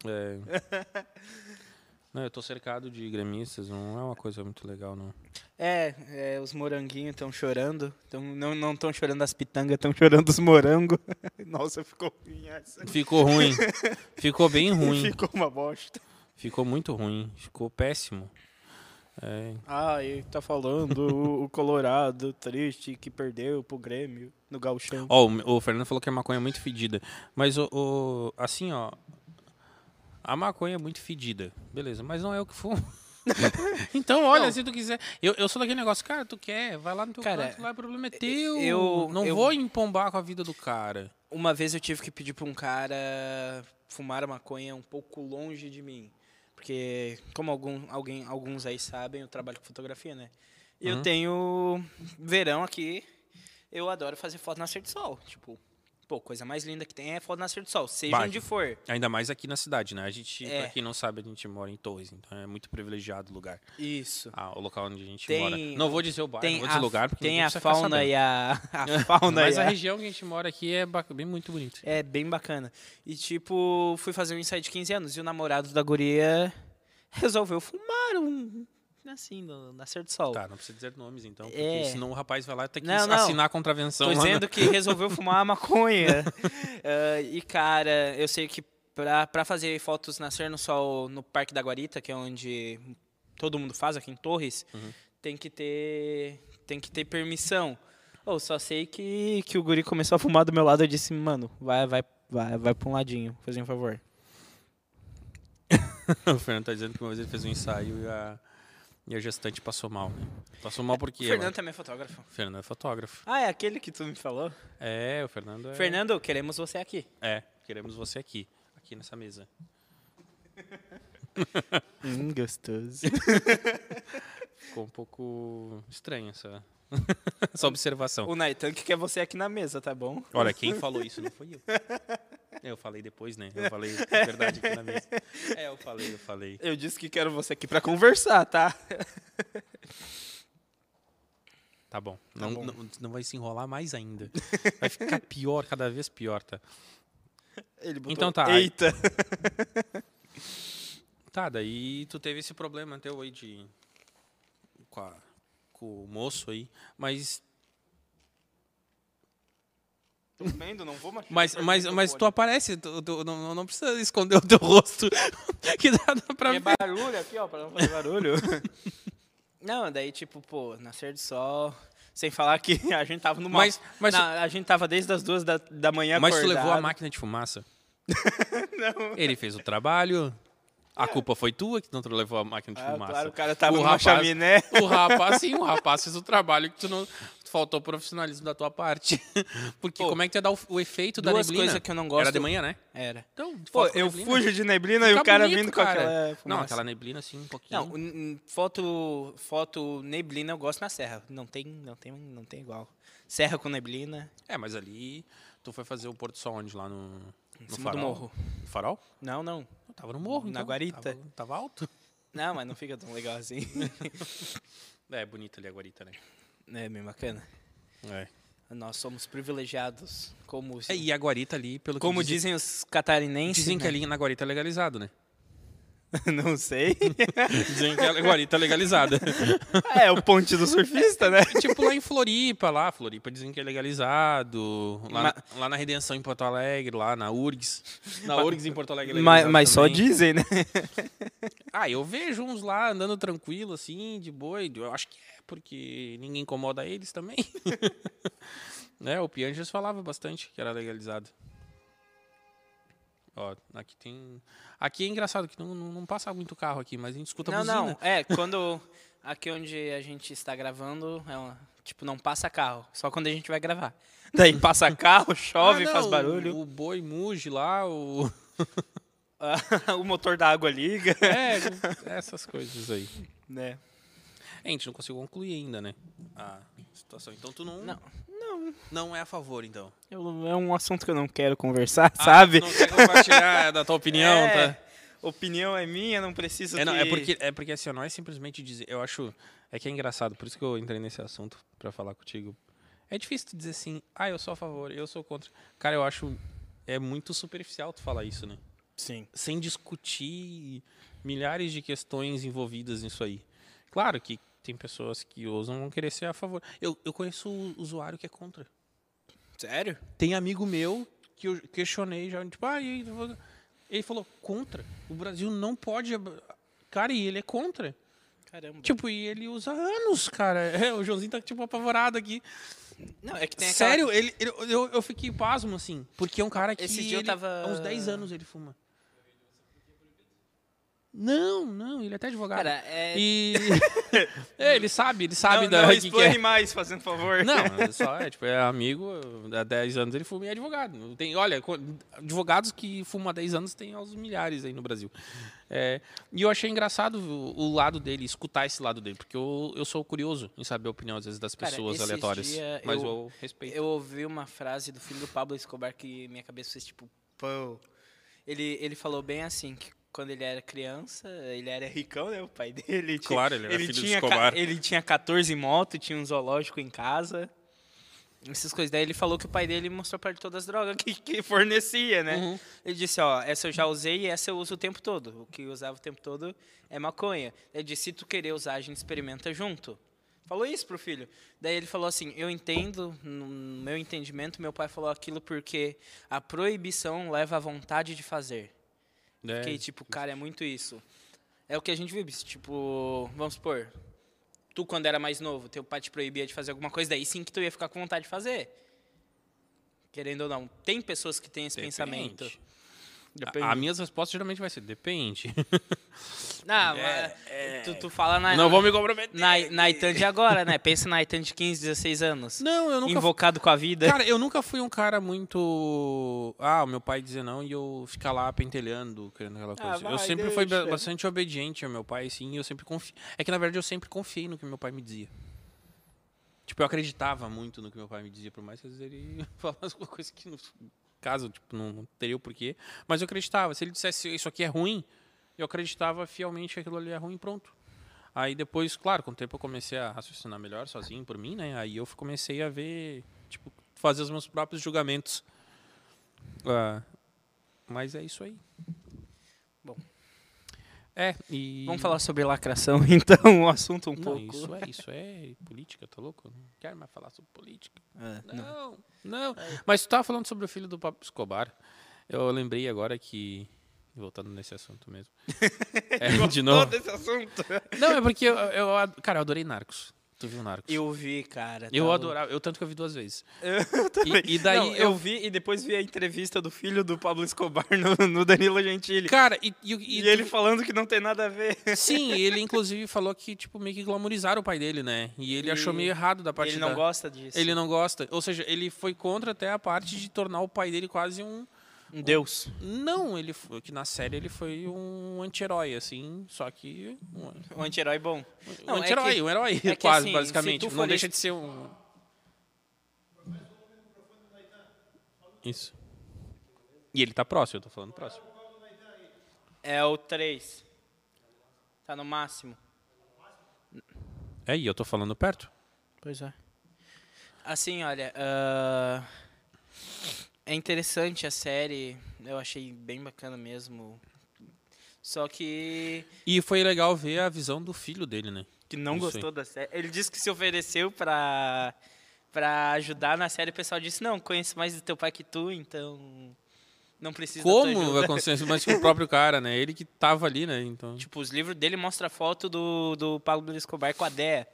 [SPEAKER 2] [laughs]
[SPEAKER 1] É. Não, eu tô cercado de gremistas, não é uma coisa muito legal, não.
[SPEAKER 2] É, é, os moranguinhos estão chorando. Tão, não não estão chorando as pitangas, estão chorando os morangos. [laughs] Nossa, ficou ruim essa.
[SPEAKER 1] Ficou ruim. Ficou bem ruim.
[SPEAKER 2] [laughs] Ficou uma bosta.
[SPEAKER 1] Ficou muito ruim. Ficou péssimo. É,
[SPEAKER 2] Ai, tá falando o, o Colorado triste que perdeu pro Grêmio no Gauchão.
[SPEAKER 1] Ó, o, o Fernando falou que a maconha é muito fedida. Mas, o, o- assim, ó. A maconha é muito fedida. Beleza, mas não é o que for. [laughs] então, olha,
[SPEAKER 2] Não.
[SPEAKER 1] se tu quiser. Eu, eu sou daquele negócio, cara, tu quer, vai lá no teu
[SPEAKER 2] Cara,
[SPEAKER 1] canto, lá, o problema é teu.
[SPEAKER 2] eu-
[SPEAKER 1] não
[SPEAKER 2] eu-
[SPEAKER 1] vou empombar com a vida do cara.
[SPEAKER 2] Uma vez eu tive que pedir pra um cara fumar maconha um pouco longe de mim. Porque, como algum, alguém, alguns aí sabem, eu trabalho com fotografia, né? E
[SPEAKER 1] Uhum.
[SPEAKER 2] eu tenho verão aqui, eu adoro fazer foto nascer do sol. Tipo, pô, coisa mais linda que tem é foto nascer do sol, seja
[SPEAKER 1] Bah,
[SPEAKER 2] onde for.
[SPEAKER 1] Ainda mais aqui na cidade, né? A gente, pra
[SPEAKER 2] É.
[SPEAKER 1] quem não sabe, a gente mora em Torres, então é muito privilegiado o lugar.
[SPEAKER 2] Isso.
[SPEAKER 1] Ah, o local onde a gente
[SPEAKER 2] Tem-
[SPEAKER 1] mora. Não vou dizer o bairro, não
[SPEAKER 2] Tem
[SPEAKER 1] vou dizer
[SPEAKER 2] a,
[SPEAKER 1] o lugar, porque
[SPEAKER 2] tem
[SPEAKER 1] ninguém
[SPEAKER 2] a
[SPEAKER 1] precisa ficar
[SPEAKER 2] fauna
[SPEAKER 1] sabendo.
[SPEAKER 2] e a,
[SPEAKER 1] [laughs]
[SPEAKER 2] a fauna
[SPEAKER 1] Mas
[SPEAKER 2] e
[SPEAKER 1] a
[SPEAKER 2] a-
[SPEAKER 1] região que a gente mora aqui é ba- bem muito bonita.
[SPEAKER 2] É bem bacana. E tipo, fui fazer um ensaio de 15 anos e o namorado da guria resolveu fumar um assim, no nascer do sol.
[SPEAKER 1] Tá, não precisa dizer nomes então, porque
[SPEAKER 2] É.
[SPEAKER 1] senão o rapaz vai lá ter que
[SPEAKER 2] Não, não.
[SPEAKER 1] assinar a contravenção.
[SPEAKER 2] Tô
[SPEAKER 1] lá na-
[SPEAKER 2] dizendo que resolveu fumar maconha. [laughs] Ah, e cara, eu sei que pra, pra fazer fotos nascer no sol no Parque da Guarita, que é onde todo mundo faz aqui em Torres, tem que ter tem que ter permissão. Ou só sei que, que o guri começou a fumar do meu lado, eu disse, mano, vai vai vai vai pra um ladinho, fazer um favor.
[SPEAKER 1] [laughs] o Fernando tá dizendo que uma vez ele fez um ensaio e a, e a gestante passou mal, né? Passou mal porque.
[SPEAKER 2] o
[SPEAKER 1] ela-
[SPEAKER 2] Fernando também é fotógrafo.
[SPEAKER 1] o Fernando é fotógrafo.
[SPEAKER 2] Ah, é aquele que tu me falou?
[SPEAKER 1] É, o Fernando é.
[SPEAKER 2] Fernando, queremos você aqui.
[SPEAKER 1] É, queremos você aqui, aqui nessa mesa.
[SPEAKER 2] Hum, gostoso.
[SPEAKER 1] Então. Ficou um pouco estranha essa, [laughs] essa observação.
[SPEAKER 2] [laughs] O Naitan que quer você aqui na mesa, tá bom?
[SPEAKER 1] Olha, quem falou isso não
[SPEAKER 2] [laughs]
[SPEAKER 1] foi eu. Eu falei depois, né? Eu falei a verdade aqui na mesa. É, eu falei, eu falei.
[SPEAKER 2] Eu disse que quero você aqui pra conversar, tá?
[SPEAKER 1] Tá bom. não,
[SPEAKER 2] bom.
[SPEAKER 1] Não, não vai se enrolar mais ainda. Vai [laughs] ficar pior, cada vez pior, tá?
[SPEAKER 2] Ele botou,
[SPEAKER 1] Então tá.
[SPEAKER 2] Eita.
[SPEAKER 1] Tá, daí tu teve esse problema teu aí de. Com, a- com o moço aí. Mas,
[SPEAKER 2] Tô vendo, não vou machucar.
[SPEAKER 1] mas, mas, mas tu aparece, tu, tu não, não precisa esconder o teu rosto. [laughs] que dá pra
[SPEAKER 2] É
[SPEAKER 1] ver.
[SPEAKER 2] barulho aqui, ó, pra não fazer barulho. [laughs] não, daí tipo, pô, nascer do sol... Sem falar que [laughs] a gente tava numa...
[SPEAKER 1] Mas- mas-
[SPEAKER 2] na- a gente tava desde as duas da, da manhã
[SPEAKER 1] Mas tu levou a
[SPEAKER 2] é acordado.
[SPEAKER 1] máquina de fumaça.
[SPEAKER 2] [laughs] Não. É.
[SPEAKER 1] Ele fez o trabalho. A culpa foi tua que não tu levou a máquina de
[SPEAKER 2] Ah,
[SPEAKER 1] fumaça.
[SPEAKER 2] claro, o cara tava
[SPEAKER 1] O
[SPEAKER 2] numa
[SPEAKER 1] rapaz-
[SPEAKER 2] chaminé.
[SPEAKER 1] O rapaz, sim, o rapaz fez o trabalho que tu não. tu Faltou profissionalismo da tua parte. [laughs] Porque como é que tu ia dar o, o efeito da
[SPEAKER 2] duas
[SPEAKER 1] neblina?
[SPEAKER 2] coisas que eu não gosto-
[SPEAKER 1] Era de manhã, né?
[SPEAKER 2] Era.
[SPEAKER 1] Então, tu
[SPEAKER 2] Pô,
[SPEAKER 1] foto com
[SPEAKER 2] eu
[SPEAKER 1] neblina.
[SPEAKER 2] fujo de neblina e
[SPEAKER 1] Fica
[SPEAKER 2] o cara
[SPEAKER 1] bonito,
[SPEAKER 2] vindo com
[SPEAKER 1] cara.
[SPEAKER 2] aquela É,
[SPEAKER 1] Não,
[SPEAKER 2] fumaça.
[SPEAKER 1] aquela neblina assim, um pouquinho.
[SPEAKER 2] Não, n- n- foto, foto neblina eu gosto na serra. Não tem, não tem, não tem igual. Serra com neblina,
[SPEAKER 1] É, mas ali tu foi fazer o pôr do sol onde? Lá no,
[SPEAKER 2] em
[SPEAKER 1] no
[SPEAKER 2] cima do
[SPEAKER 1] farol?
[SPEAKER 2] morro.
[SPEAKER 1] No farol?
[SPEAKER 2] Não, não.
[SPEAKER 1] Eu tava no morro,
[SPEAKER 2] Na
[SPEAKER 1] então.
[SPEAKER 2] guarita.
[SPEAKER 1] Tava, tava alto.
[SPEAKER 2] Não, mas não fica tão
[SPEAKER 1] [laughs]
[SPEAKER 2] legal assim.
[SPEAKER 1] É, bonita ali a guarita, né?
[SPEAKER 2] é bem bacana.
[SPEAKER 1] É.
[SPEAKER 2] Nós somos privilegiados, como, os-
[SPEAKER 1] E a guarita ali, É pelo
[SPEAKER 2] como
[SPEAKER 1] que dizem,
[SPEAKER 2] dizem os catarinenses.
[SPEAKER 1] dizem que
[SPEAKER 2] né?
[SPEAKER 1] ali na guarita é legalizado, né?
[SPEAKER 2] [laughs] não sei.
[SPEAKER 1] Dizem que a guarita é [laughs] legalizada.
[SPEAKER 2] é o ponte do
[SPEAKER 1] [laughs]
[SPEAKER 2] surfista, né?
[SPEAKER 1] tipo lá em Floripa, lá, Floripa dizem que é legalizado. Lá,
[SPEAKER 2] Ma-
[SPEAKER 1] na, lá na Redenção em Porto Alegre, lá na URGS. Na URGS em Porto Alegre é
[SPEAKER 2] Mas,
[SPEAKER 1] legalizado
[SPEAKER 2] mas só
[SPEAKER 1] também.
[SPEAKER 2] dizem, né?
[SPEAKER 1] Ah, eu vejo uns lá andando tranquilo, assim, de boi. Eu acho que é, porque ninguém incomoda eles também. [laughs] né, o Pianges falava bastante que era legalizado. Ó, aqui tem. Aqui é engraçado que não, não, não passa muito carro aqui, mas a gente escuta
[SPEAKER 2] não,
[SPEAKER 1] buzina.
[SPEAKER 2] não. É, quando. Aqui onde a gente está gravando, é uma- tipo, não passa carro. Só quando a gente vai gravar. [laughs] Daí passa carro, chove,
[SPEAKER 1] Ah,
[SPEAKER 2] faz
[SPEAKER 1] não,
[SPEAKER 2] barulho. [laughs]
[SPEAKER 1] O boi muge lá, o.
[SPEAKER 2] o motor da água liga. [laughs]
[SPEAKER 1] É, essas coisas aí.
[SPEAKER 2] Né?
[SPEAKER 1] É, a gente não conseguiu concluir ainda, né? A situação. Então tu não.
[SPEAKER 2] Não.
[SPEAKER 1] Não é a favor, então.
[SPEAKER 2] Eu- é um assunto que eu não quero conversar,
[SPEAKER 1] Ah,
[SPEAKER 2] sabe?
[SPEAKER 1] Não quer compartilhar da tua opinião,
[SPEAKER 2] É.
[SPEAKER 1] tá?
[SPEAKER 2] opinião é minha, não preciso
[SPEAKER 1] É, não, é
[SPEAKER 2] que-
[SPEAKER 1] porque, é porque assim, ó, não é simplesmente dizer. Eu acho. É que é engraçado, por isso que eu entrei nesse assunto pra falar contigo. É difícil tu dizer assim, ah, eu sou a favor, eu sou contra. Cara, eu acho. É muito superficial tu falar isso, né?
[SPEAKER 2] Sim.
[SPEAKER 1] Sem discutir milhares de questões envolvidas nisso aí. Claro que tem pessoas que ousam não querer ser a favor. Eu, eu conheço o usuário que é contra.
[SPEAKER 2] Sério?
[SPEAKER 1] Tem amigo meu que eu questionei já, tipo, ah, e aí, vo- ele falou contra. O Brasil não pode. ab- Cara, e ele é contra.
[SPEAKER 2] Caramba.
[SPEAKER 1] Tipo, e ele usa anos, cara. [laughs] É, o Joãozinho tá, tipo, apavorado aqui.
[SPEAKER 2] não, é que tem aquela-
[SPEAKER 1] Sério, ele, ele- eu, eu fiquei pasmo, assim. Porque é um cara que.
[SPEAKER 2] Esse dia eu
[SPEAKER 1] ele-
[SPEAKER 2] tava-
[SPEAKER 1] Há uns 10 anos ele fuma. Não, não, ele é até advogado.
[SPEAKER 2] Cara, é...
[SPEAKER 1] E. [laughs] é, ele sabe, ele sabe
[SPEAKER 2] não,
[SPEAKER 1] da
[SPEAKER 2] não
[SPEAKER 1] [laughs] que que é.
[SPEAKER 2] explane mais, fazendo favor.
[SPEAKER 1] Não, é só é, tipo, é amigo, há 10 anos ele fuma e é advogado. Não Tem, olha, co- advogados que fumam há 10 anos tem aos milhares aí no Brasil. É, e eu achei engraçado o, o lado dele, escutar esse lado dele, porque eu, eu sou curioso em saber a opinião, às vezes, das
[SPEAKER 2] Cara,
[SPEAKER 1] pessoas
[SPEAKER 2] esses
[SPEAKER 1] aleatórias.
[SPEAKER 2] dia
[SPEAKER 1] Mas
[SPEAKER 2] eu-
[SPEAKER 1] eu, respeito.
[SPEAKER 2] Eu ouvi uma frase do filho do Pablo Escobar que minha cabeça fez tipo, pão. Ele, ele falou bem assim, que quando ele era criança, ele era ricão, né? O pai dele. tinha-
[SPEAKER 1] Claro, ele era filho do
[SPEAKER 2] tinha ca-
[SPEAKER 1] Escobar.
[SPEAKER 2] Ele tinha 14 motos, tinha um zoológico em casa. Essas coisas. Daí ele falou que o pai dele mostrou pra ele todas as drogas que, que fornecia, né?
[SPEAKER 1] Uhum.
[SPEAKER 2] Ele disse, ó, essa eu já usei e essa eu uso o tempo todo. O que eu usava o tempo todo é maconha. Ele disse, se tu querer usar, a gente experimenta junto. Falou isso pro filho. Daí ele falou assim, eu entendo, no meu entendimento, meu pai falou aquilo porque a proibição leva à vontade de fazer.
[SPEAKER 1] né?
[SPEAKER 2] Fiquei tipo, cara, é muito isso. É o que a gente vive, tipo, vamos supor, tu quando era mais novo, teu pai te proibia de fazer alguma coisa, daí sim que tu ia ficar com vontade de fazer. Querendo ou não, tem pessoas que têm esse
[SPEAKER 1] Depende.
[SPEAKER 2] pensamento.
[SPEAKER 1] A, a minhas respostas geralmente vai ser, depende. É,
[SPEAKER 2] Não, mas tu, tu fala
[SPEAKER 1] [laughs]
[SPEAKER 2] na,
[SPEAKER 1] Não vou me comprometer.
[SPEAKER 2] na, na Itan de agora, né? Pensa na Itan de 15, 16 anos.
[SPEAKER 1] Não, eu nunca
[SPEAKER 2] Invocado com a vida.
[SPEAKER 1] Cara, eu nunca fui um cara muito. Ah, o meu pai dizer não e eu ficar lá pentelhando, querendo aquela coisa. eu
[SPEAKER 3] vai,
[SPEAKER 1] sempre fui ba-
[SPEAKER 3] deixa.
[SPEAKER 1] bastante obediente ao meu pai, sim, e eu sempre confi... É que na verdade eu sempre confiei no que meu pai me dizia. Tipo, eu acreditava muito no que meu pai me dizia, por mais que às vezes ele [laughs] falasse alguma coisa que no caso, tipo, não, não teria o porquê. Mas eu acreditava. Se ele dissesse isso aqui é ruim, eu acreditava fielmente que aquilo ali é ruim, pronto. Aí depois, claro, com o tempo eu comecei a raciocinar melhor sozinho por mim, né? Aí eu comecei a ver, tipo, fazer os meus próprios julgamentos. Ah, mas é isso aí.
[SPEAKER 2] Bom.
[SPEAKER 1] É, e.
[SPEAKER 2] Vamos falar sobre lacração, [laughs] então, o assunto um
[SPEAKER 1] Não,
[SPEAKER 2] pouco.
[SPEAKER 1] isso é, isso é política, tá louco? Não quero mais falar sobre política.
[SPEAKER 2] Ah, não. É.
[SPEAKER 1] Não, não. Mas tu tava falando sobre o filho do Pablo Escobar. Eu lembrei agora que. Voltando nesse assunto
[SPEAKER 2] [laughs]
[SPEAKER 1] mesmo. É, de novo.
[SPEAKER 3] esse assunto.
[SPEAKER 1] Não, é porque eu, eu ad- Cara, eu adorei Narcos. Tu viu Narcos?
[SPEAKER 2] Eu vi, cara.
[SPEAKER 1] Eu
[SPEAKER 2] tá louco.
[SPEAKER 1] adorava, eu tanto que eu vi duas vezes.
[SPEAKER 2] [laughs] Eu também.
[SPEAKER 1] e daí
[SPEAKER 2] Não, eu vi e depois vi a entrevista do filho do Pablo Escobar no, no Danilo Gentili.
[SPEAKER 1] Cara, e, e,
[SPEAKER 2] E,
[SPEAKER 1] e-
[SPEAKER 2] ele falando que não tem nada a ver.
[SPEAKER 1] Sim, ele inclusive falou que, tipo, meio que glamorizaram o pai dele, né? E ele
[SPEAKER 2] E-
[SPEAKER 1] achou meio errado da parte
[SPEAKER 2] Ele não
[SPEAKER 1] da-
[SPEAKER 2] gosta disso.
[SPEAKER 1] Ele não gosta. Ou seja, ele foi contra até a parte de tornar o pai dele quase um.
[SPEAKER 2] Um Deus.
[SPEAKER 1] Não, ele. f- Que na série ele foi um anti-herói, assim. Só que. Um,
[SPEAKER 2] Um anti-herói bom. Não,
[SPEAKER 1] um
[SPEAKER 2] é
[SPEAKER 1] anti-herói,
[SPEAKER 2] que-
[SPEAKER 1] um herói,
[SPEAKER 2] é que,
[SPEAKER 1] quase,
[SPEAKER 2] assim, se
[SPEAKER 1] basicamente.
[SPEAKER 2] tu
[SPEAKER 1] Não
[SPEAKER 2] for
[SPEAKER 1] deixa
[SPEAKER 2] es-
[SPEAKER 1] de ser um. Isso. E ele tá próximo, eu tô falando próximo.
[SPEAKER 2] É o 3. Tá no máximo.
[SPEAKER 1] É, e eu tô falando perto.
[SPEAKER 2] Pois é. Assim, olha. ah, é interessante a série. Eu achei bem bacana mesmo. Só que.
[SPEAKER 1] E foi legal ver a visão do filho dele, né?
[SPEAKER 2] Que não
[SPEAKER 1] Isso
[SPEAKER 2] gostou da série. Ele disse que se ofereceu pra, pra ajudar na série. O pessoal disse, não, conheço mais do teu pai que tu, então não precisa da tua
[SPEAKER 1] Como
[SPEAKER 2] ajuda."
[SPEAKER 1] vai acontecer isso? Mas que o próprio cara, né? Ele que tava ali, né? Então.
[SPEAKER 2] Tipo, os livros dele mostram a foto do, do Pablo Escobar com a Dea.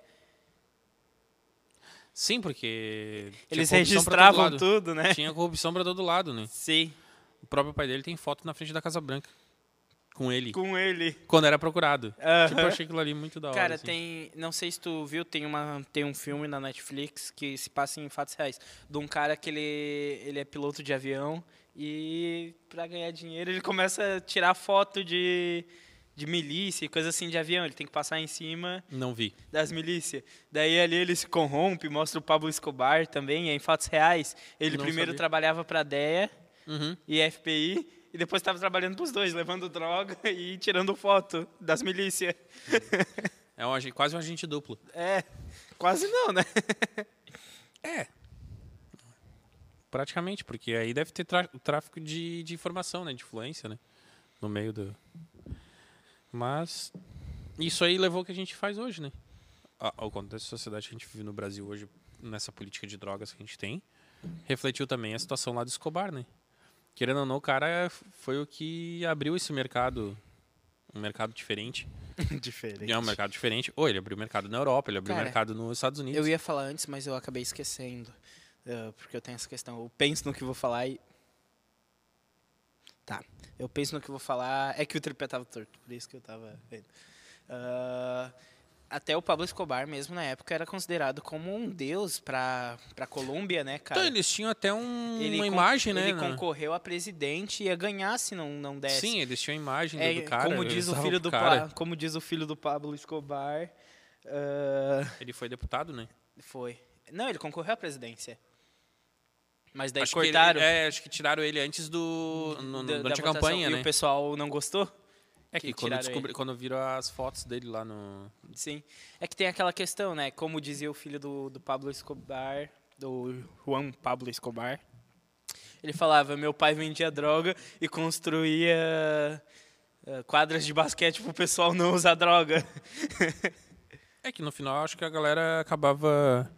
[SPEAKER 1] Sim, porque. tinha corrupção
[SPEAKER 2] Eles
[SPEAKER 1] pra todo
[SPEAKER 2] registravam
[SPEAKER 1] lado.
[SPEAKER 2] tudo, né?
[SPEAKER 1] Tinha corrupção pra todo lado, né?
[SPEAKER 2] Sim,
[SPEAKER 1] O próprio pai dele tem foto na frente da Casa Branca. Com ele.
[SPEAKER 2] com ele.
[SPEAKER 1] Quando era procurado.
[SPEAKER 2] Aham.
[SPEAKER 1] Tipo, eu achei aquilo ali muito da hora.
[SPEAKER 2] Cara,
[SPEAKER 1] assim.
[SPEAKER 2] tem. Não sei se tu viu, tem, uma, tem um filme na Netflix que se passa em fatos reais. De um cara que ele, ele é piloto de avião e pra ganhar dinheiro ele [laughs] começa a tirar foto de, de milícia e coisa assim de avião. Ele tem que passar em cima
[SPEAKER 1] Não vi.
[SPEAKER 2] das milícias. Daí ali ele se corrompe, mostra o Pablo Escobar também, é em fatos reais. Ele
[SPEAKER 1] Não
[SPEAKER 2] primeiro
[SPEAKER 1] sabia.
[SPEAKER 2] trabalhava pra DEA
[SPEAKER 1] Uhum.
[SPEAKER 2] e FBI. e depois estava trabalhando para os dois, levando droga [laughs] e tirando foto das milícias.
[SPEAKER 1] É um, agen- quase um agente duplo.
[SPEAKER 2] É, quase não, né?
[SPEAKER 1] É. Praticamente, porque aí deve ter trá- o tráfico de, de informação, né? De influência, né? No meio do. Mas isso aí levou o que a gente faz hoje, né? A- Ao contexto da sociedade que a gente vive no Brasil hoje, nessa política de drogas que a gente tem, refletiu também a situação lá do Escobar, né? Querendo ou não, o cara f- foi o que abriu esse mercado, um mercado diferente. [laughs]
[SPEAKER 2] Diferente.
[SPEAKER 1] É um mercado diferente. Ou ele abriu o mercado na Europa, ele abriu o
[SPEAKER 2] Cara,
[SPEAKER 1] mercado nos Estados Unidos.
[SPEAKER 2] Eu ia falar antes, mas eu acabei esquecendo. eh, porque eu tenho essa questão. Eu penso no que vou falar e. Tá. Eu penso no que vou falar. É que o tripé tava torto, por isso que eu tava vendo. Ah, até o Pablo Escobar, mesmo na época, era considerado como um deus pra, pra Colômbia, né, cara?
[SPEAKER 1] Então, eles tinham até um-
[SPEAKER 2] Ele
[SPEAKER 1] uma
[SPEAKER 2] con-
[SPEAKER 1] imagem, né?
[SPEAKER 2] Ele
[SPEAKER 1] na-
[SPEAKER 2] concorreu a presidente e ia ganhar se não, não desse.
[SPEAKER 1] Sim, eles tinham a imagem do-
[SPEAKER 2] É,
[SPEAKER 1] do cara.
[SPEAKER 2] como, diz o
[SPEAKER 1] eles
[SPEAKER 2] filho
[SPEAKER 1] davam pro
[SPEAKER 2] do
[SPEAKER 1] cara.
[SPEAKER 2] Pa- como diz o filho do Pablo Escobar. ah,
[SPEAKER 1] Ele foi deputado, né?
[SPEAKER 2] Foi. Não, ele concorreu à presidência. Mas daí
[SPEAKER 1] acho
[SPEAKER 2] cortaram.
[SPEAKER 1] Que ele- é, acho que tiraram ele antes do. No, no,
[SPEAKER 2] da- da
[SPEAKER 1] durante a
[SPEAKER 2] votação,
[SPEAKER 1] campanha,
[SPEAKER 2] e
[SPEAKER 1] né?
[SPEAKER 2] o pessoal não gostou?
[SPEAKER 1] É que,
[SPEAKER 2] que
[SPEAKER 1] quando,
[SPEAKER 2] tiraram
[SPEAKER 1] descobri, quando viram as fotos dele lá no.
[SPEAKER 2] Sim. É que tem aquela questão, né? Como dizia o filho do, do Pablo Escobar, do Juan Pablo Escobar, ele falava: meu pai vendia droga e construía eh, quadras de basquete pro pessoal não usar droga. [laughs]
[SPEAKER 1] É que no final acho que a galera acabava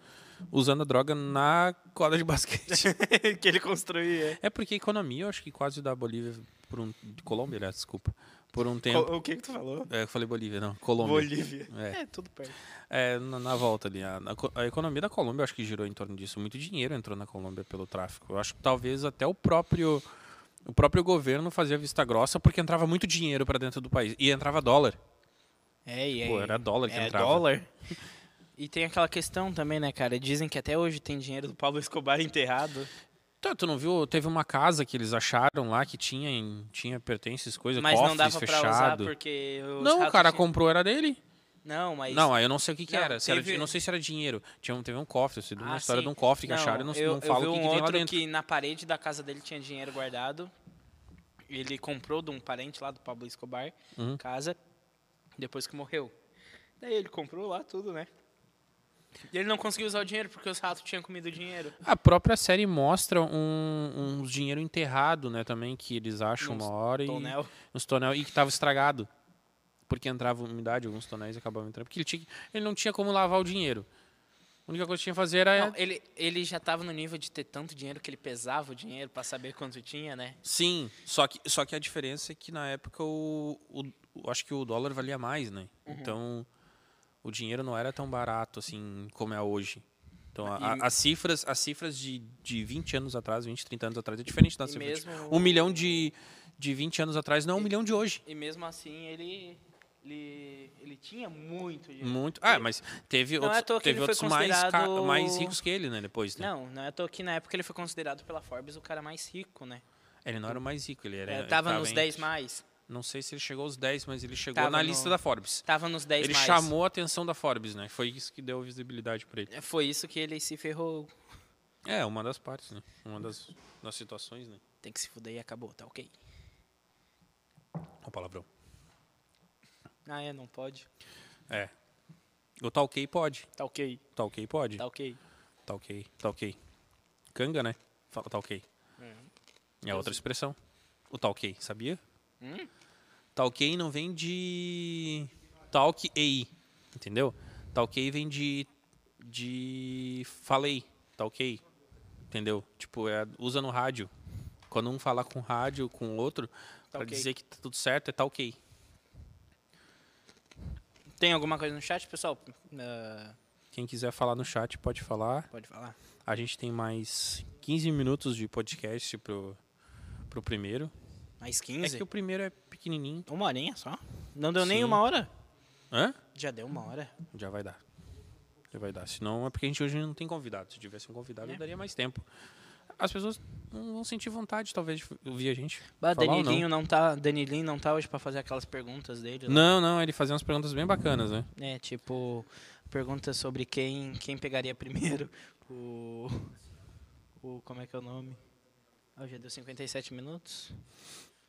[SPEAKER 1] usando a droga na quadra de
[SPEAKER 2] [laughs]
[SPEAKER 1] basquete.
[SPEAKER 2] que ele construía.
[SPEAKER 1] é porque a economia, eu acho que quase da Bolívia por um. de Colômbia, aliás, desculpa. Por um tempo.
[SPEAKER 2] Co- o que que tu falou?
[SPEAKER 1] É, eu falei Bolívia, não. Colômbia.
[SPEAKER 2] Bolívia.
[SPEAKER 1] É.
[SPEAKER 2] É, tudo perto.
[SPEAKER 1] É, na, na volta ali. A, na co- a economia da Colômbia, eu acho que girou em torno disso. Muito dinheiro entrou na Colômbia pelo tráfico. Eu acho que talvez até o próprio, o próprio governo fazia vista grossa porque entrava muito dinheiro para dentro do país. E entrava dólar.
[SPEAKER 2] É, e aí?
[SPEAKER 1] Pô, era dólar que
[SPEAKER 2] é
[SPEAKER 1] entrava.
[SPEAKER 2] dólar. [laughs] E tem aquela questão também, né, cara? Dizem que até hoje tem dinheiro do Pablo Escobar [laughs] enterrado.
[SPEAKER 1] Tá, tu não viu? Teve uma casa que eles acharam lá que tinha, em- tinha pertences, coisas,
[SPEAKER 2] Mas
[SPEAKER 1] cofres
[SPEAKER 2] não dava pra usar
[SPEAKER 1] fechado.
[SPEAKER 2] porque. os
[SPEAKER 1] não, o
[SPEAKER 2] ratos
[SPEAKER 1] cara
[SPEAKER 2] tinham-
[SPEAKER 1] comprou, era dele.
[SPEAKER 2] Não, mas.
[SPEAKER 1] não, é aí eu não sei o que, que
[SPEAKER 2] Não,
[SPEAKER 1] era. Se era
[SPEAKER 2] teve-
[SPEAKER 1] di- Não sei se era dinheiro. Tinha, um- teve um cofre, eu sei de uma
[SPEAKER 2] Ah,
[SPEAKER 1] história
[SPEAKER 2] sim.
[SPEAKER 1] de um cofre que acharam e não,
[SPEAKER 2] eu,
[SPEAKER 1] não fala
[SPEAKER 2] eu
[SPEAKER 1] o que, que
[SPEAKER 2] vi um
[SPEAKER 1] tem lá
[SPEAKER 2] outro
[SPEAKER 1] dentro.
[SPEAKER 2] que na parede da casa dele tinha dinheiro guardado. Ele comprou de um parente lá do Pablo Escobar,
[SPEAKER 1] Uhum.
[SPEAKER 2] casa, depois que morreu. Daí ele comprou lá tudo, né? E ele não conseguiu usar o dinheiro porque os ratos tinham comido o dinheiro.
[SPEAKER 1] A própria série mostra um, um dinheiro enterrado, né, também, que eles acham
[SPEAKER 2] Nos
[SPEAKER 1] uma hora e...
[SPEAKER 2] Tonel.
[SPEAKER 1] Uns tonel. E que tava estragado. Porque entrava umidade, alguns tonéis acabavam entrando. Porque ele, tinha, ele não tinha como lavar o dinheiro. A única coisa que tinha que fazer era...
[SPEAKER 2] Não, ele, ele já tava no nível de ter tanto dinheiro que ele pesava o dinheiro pra saber quanto tinha, né?
[SPEAKER 1] Sim, só que, só que a diferença é que na época o, o- o- acho que o dólar valia mais, né?
[SPEAKER 2] Uhum.
[SPEAKER 1] Então o dinheiro não era tão barato assim como é hoje. Então a- a-
[SPEAKER 2] E-
[SPEAKER 1] as cifras, as cifras de, de 20 anos atrás, 20, 30 anos atrás é diferente da
[SPEAKER 2] E
[SPEAKER 1] cifra. de-
[SPEAKER 2] mesmo-
[SPEAKER 1] Um milhão de, de 20 anos atrás não é um milhão de hoje.
[SPEAKER 2] E mesmo assim ele ele, ele tinha muito dinheiro.
[SPEAKER 1] Muito. Ah, mas teve
[SPEAKER 2] Não é à toa
[SPEAKER 1] outros,
[SPEAKER 2] que ele
[SPEAKER 1] teve
[SPEAKER 2] foi
[SPEAKER 1] outros mais, ca-
[SPEAKER 2] considerado-
[SPEAKER 1] mais ricos que ele, né? Depois, né?
[SPEAKER 2] Não, não é à toa que na época ele foi considerado pela Forbes o cara mais rico, né?
[SPEAKER 1] Ele não era o mais rico, ele era.
[SPEAKER 2] É,
[SPEAKER 1] ele
[SPEAKER 2] tava nos
[SPEAKER 1] em-
[SPEAKER 2] 10 mais.
[SPEAKER 1] Não sei se ele chegou aos 10, mas ele chegou
[SPEAKER 2] Tava
[SPEAKER 1] na
[SPEAKER 2] no-
[SPEAKER 1] lista da Forbes.
[SPEAKER 2] Tava nos 10
[SPEAKER 1] Ele
[SPEAKER 2] mais.
[SPEAKER 1] chamou a atenção da Forbes, né? Foi isso que deu visibilidade pra ele.
[SPEAKER 2] É, Foi isso que ele se ferrou.
[SPEAKER 1] É, uma das partes, né? Uma das, das situações, né?
[SPEAKER 2] Tem que se fuder e acabou, tá ok.
[SPEAKER 1] O palavrão.
[SPEAKER 2] Ah, é, não pode.
[SPEAKER 1] É. O talquei pode.
[SPEAKER 2] Tá ok,
[SPEAKER 1] Talquei pode.
[SPEAKER 2] tá ok.
[SPEAKER 1] Talquei. Talquei. Canga, tá né? Fala talquei. É outra expressão. O talquei, sabia?
[SPEAKER 2] Hum?
[SPEAKER 1] Talquei não vem de. Talk ei. Entendeu? Talquei vem de. De. Falei. Talquei. Entendeu? Tipo, é, usa no rádio. Quando um falar com o rádio, com o outro, pra
[SPEAKER 2] Talquei.
[SPEAKER 1] dizer que tá tudo certo, é talquei.
[SPEAKER 2] Tem alguma coisa no chat, pessoal? Ah,
[SPEAKER 1] Quem quiser falar no chat pode falar.
[SPEAKER 2] pode falar.
[SPEAKER 1] A gente tem mais 15 minutos de podcast pro, pro primeiro.
[SPEAKER 2] Mais
[SPEAKER 1] É
[SPEAKER 2] 15?
[SPEAKER 1] que o primeiro é pequenininho.
[SPEAKER 2] Uma horinha só? Não deu nem
[SPEAKER 1] Sim.
[SPEAKER 2] uma hora?
[SPEAKER 1] Hã?
[SPEAKER 2] Já deu uma hora.
[SPEAKER 1] Já vai dar. Já vai dar. Senão é porque a gente hoje não tem convidado. Se tivesse um convidado,
[SPEAKER 2] É.
[SPEAKER 1] daria mais tempo. As pessoas não vão sentir vontade, talvez, de ouvir a gente.
[SPEAKER 2] Bah,
[SPEAKER 1] falar ou
[SPEAKER 2] Danilinho não. tá, Danilinho não tá hoje pra fazer aquelas perguntas dele. lá.
[SPEAKER 1] Não, não, ele fazia umas perguntas bem bacanas, né?
[SPEAKER 2] É, tipo, pergunta sobre quem, quem pegaria primeiro [laughs] o o como é que é o nome? Ah, já deu 57 minutos.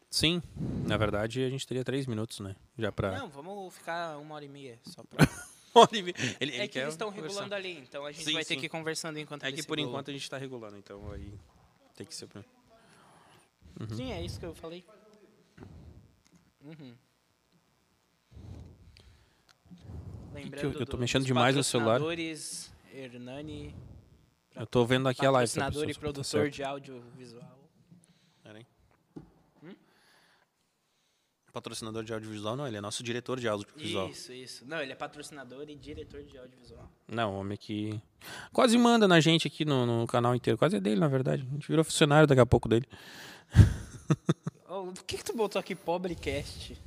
[SPEAKER 1] Sim, na verdade a gente teria três minutos, né? Já pra. [laughs]
[SPEAKER 2] Não, vamos ficar uma hora e meia só pra...
[SPEAKER 1] ele, ele
[SPEAKER 2] É que
[SPEAKER 1] quer
[SPEAKER 2] É eles estão
[SPEAKER 1] conversar.
[SPEAKER 2] regulando ali, então a gente
[SPEAKER 1] Sim,
[SPEAKER 2] vai ter
[SPEAKER 1] sim.
[SPEAKER 2] que ir conversando enquanto
[SPEAKER 1] É
[SPEAKER 2] eles
[SPEAKER 1] que por
[SPEAKER 2] regulam.
[SPEAKER 1] enquanto a gente está regulando, então aí tem que ser. pra-
[SPEAKER 2] Sim, é isso que eu falei. Uhum. Lembrando
[SPEAKER 1] eu tô
[SPEAKER 2] do-
[SPEAKER 1] mexendo
[SPEAKER 2] dos
[SPEAKER 1] demais no celular?
[SPEAKER 2] patrocinadores, Hernani,
[SPEAKER 1] Eu tô vendo aqui a live. tá,
[SPEAKER 2] patrocinador
[SPEAKER 1] pessoal,
[SPEAKER 2] e
[SPEAKER 1] se tá
[SPEAKER 2] produtor
[SPEAKER 1] certo.
[SPEAKER 2] de audiovisual.
[SPEAKER 1] Pera aí.
[SPEAKER 2] Hum?
[SPEAKER 1] Patrocinador de audiovisual, não, ele é nosso diretor de audiovisual.
[SPEAKER 2] Isso, isso. Não, ele é patrocinador e diretor de audiovisual.
[SPEAKER 1] Não, o homem que quase manda na gente aqui no, no canal inteiro. Quase é dele, na verdade. A gente virou funcionário daqui a pouco dele.
[SPEAKER 2] Oh, por que, que tu botou aqui Pobrecast?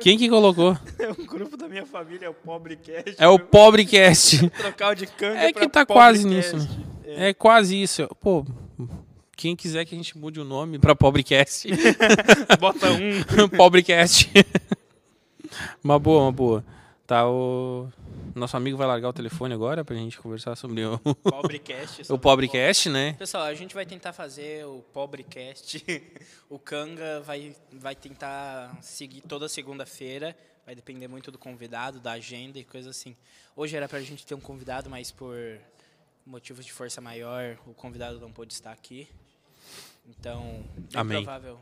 [SPEAKER 1] Quem que colocou?
[SPEAKER 2] [laughs] É um grupo da minha família, é o Pobrecast.
[SPEAKER 1] É o Pobrecast.
[SPEAKER 2] trocar de câmbio
[SPEAKER 1] É que tá quase nisso, né? É quase isso. Pô, quem quiser que a gente mude o nome pra Pobrecast. [laughs]
[SPEAKER 2] Bota um.
[SPEAKER 1] Pobrecast. uma boa, uma boa. Tá, o nosso amigo vai largar o telefone agora pra gente conversar sobre o,
[SPEAKER 2] Pobrecast.
[SPEAKER 1] o
[SPEAKER 2] sobre
[SPEAKER 1] Pobrecast, né?
[SPEAKER 2] Pessoal, a gente vai tentar fazer o Pobrecast. [laughs] o Kanga vai, vai tentar seguir toda segunda-feira. Vai depender muito do convidado, da agenda e coisa assim. Hoje era pra gente ter um convidado, mas por motivos de força maior, o convidado não pôde estar aqui. Então, bem
[SPEAKER 1] Amém.
[SPEAKER 2] provável.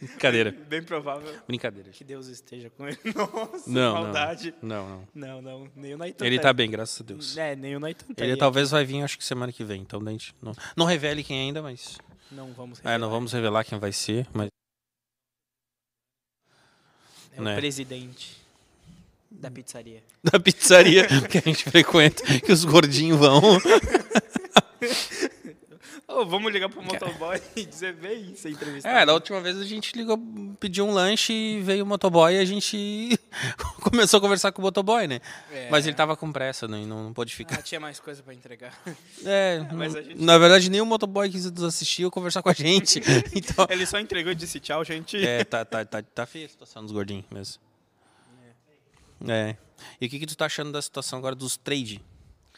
[SPEAKER 1] Brincadeira.
[SPEAKER 2] Bem provável
[SPEAKER 1] Brincadeira.
[SPEAKER 2] que Deus esteja com ele. [laughs] Nossa,
[SPEAKER 1] Não, não.
[SPEAKER 2] maldade.
[SPEAKER 1] Não, não.
[SPEAKER 2] Não, não, nem o Naitan.
[SPEAKER 1] Ele tá bem, graças a Deus.
[SPEAKER 2] É, nem o Naitan. tá
[SPEAKER 1] Ele
[SPEAKER 2] aí.
[SPEAKER 1] talvez vai vir, acho que semana que vem. Então, a gente não, não revele quem ainda, mas.
[SPEAKER 2] Não vamos
[SPEAKER 1] É, não vamos revelar quem vai ser, mas. [laughs]
[SPEAKER 2] É o
[SPEAKER 1] né?
[SPEAKER 2] presidente da pizzaria.
[SPEAKER 1] Da pizzaria que a gente frequenta, que os gordinhos vão.
[SPEAKER 2] Ô, vamos ligar pro motoboy [laughs] e dizer, vem sem entrevista.
[SPEAKER 1] [laughs] É, da última vez a gente ligou, pediu um lanche e veio o motoboy e a gente [laughs] começou a conversar com o motoboy, né?
[SPEAKER 2] É.
[SPEAKER 1] Mas ele tava com pressa, né? E não, não pôde ficar.
[SPEAKER 2] Ah, tinha mais coisa pra entregar.
[SPEAKER 1] [laughs] É,
[SPEAKER 2] mas
[SPEAKER 1] n-
[SPEAKER 2] a gente-
[SPEAKER 1] na verdade, nem o motoboy quis nos assistir ou conversar com a [laughs] gente. Então.
[SPEAKER 2] [laughs] Ele só entregou e disse tchau, gente.
[SPEAKER 1] É, tá, tá, tá, tá feia a situação dos gordinhos mesmo. É. E o que, que tu tá achando da situação agora dos trade?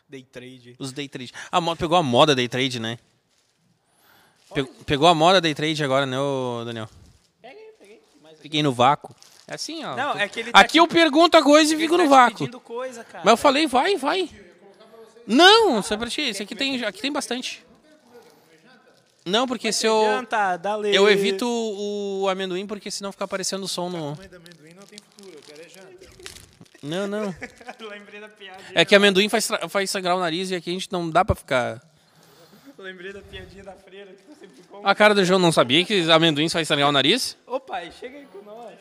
[SPEAKER 2] Day trade.
[SPEAKER 1] Os day trade. A moda pegou a moda day trade, né? Pe- pegou a moda day trade agora, né, ô Daniel?
[SPEAKER 2] Peguei, peguei. Mais aqui.
[SPEAKER 1] Fiquei no vácuo. É assim, ó.
[SPEAKER 2] Não,
[SPEAKER 1] Tu-
[SPEAKER 2] é que ele tá
[SPEAKER 1] Aqui eu pergunto a coisa e
[SPEAKER 2] Ele
[SPEAKER 1] fico
[SPEAKER 2] tá
[SPEAKER 1] no
[SPEAKER 2] te
[SPEAKER 1] vácuo.
[SPEAKER 2] pedindo coisa, cara.
[SPEAKER 1] Mas eu falei, vai, vai. Não, isso é pra ti. Esse aqui tem, aqui tem bastante. Não, porque se eu.
[SPEAKER 2] Janta, dale.
[SPEAKER 1] Eu
[SPEAKER 2] [laughs]
[SPEAKER 1] evito o amendoim porque senão fica aparecendo o som no.
[SPEAKER 3] Mãe da amendoim não tem futuro, eu quero é janta.
[SPEAKER 1] Não, não.
[SPEAKER 2] Lembrei da piadinha.
[SPEAKER 1] É que amendoim faz, tra- faz sangrar o nariz e aqui a gente não dá pra ficar.
[SPEAKER 2] Lembrei da piadinha da freira que tu sempre compra.
[SPEAKER 1] A cara do João não sabia que amendoim faz sangrar o nariz?
[SPEAKER 2] Ô, pai, chega aí com nós. É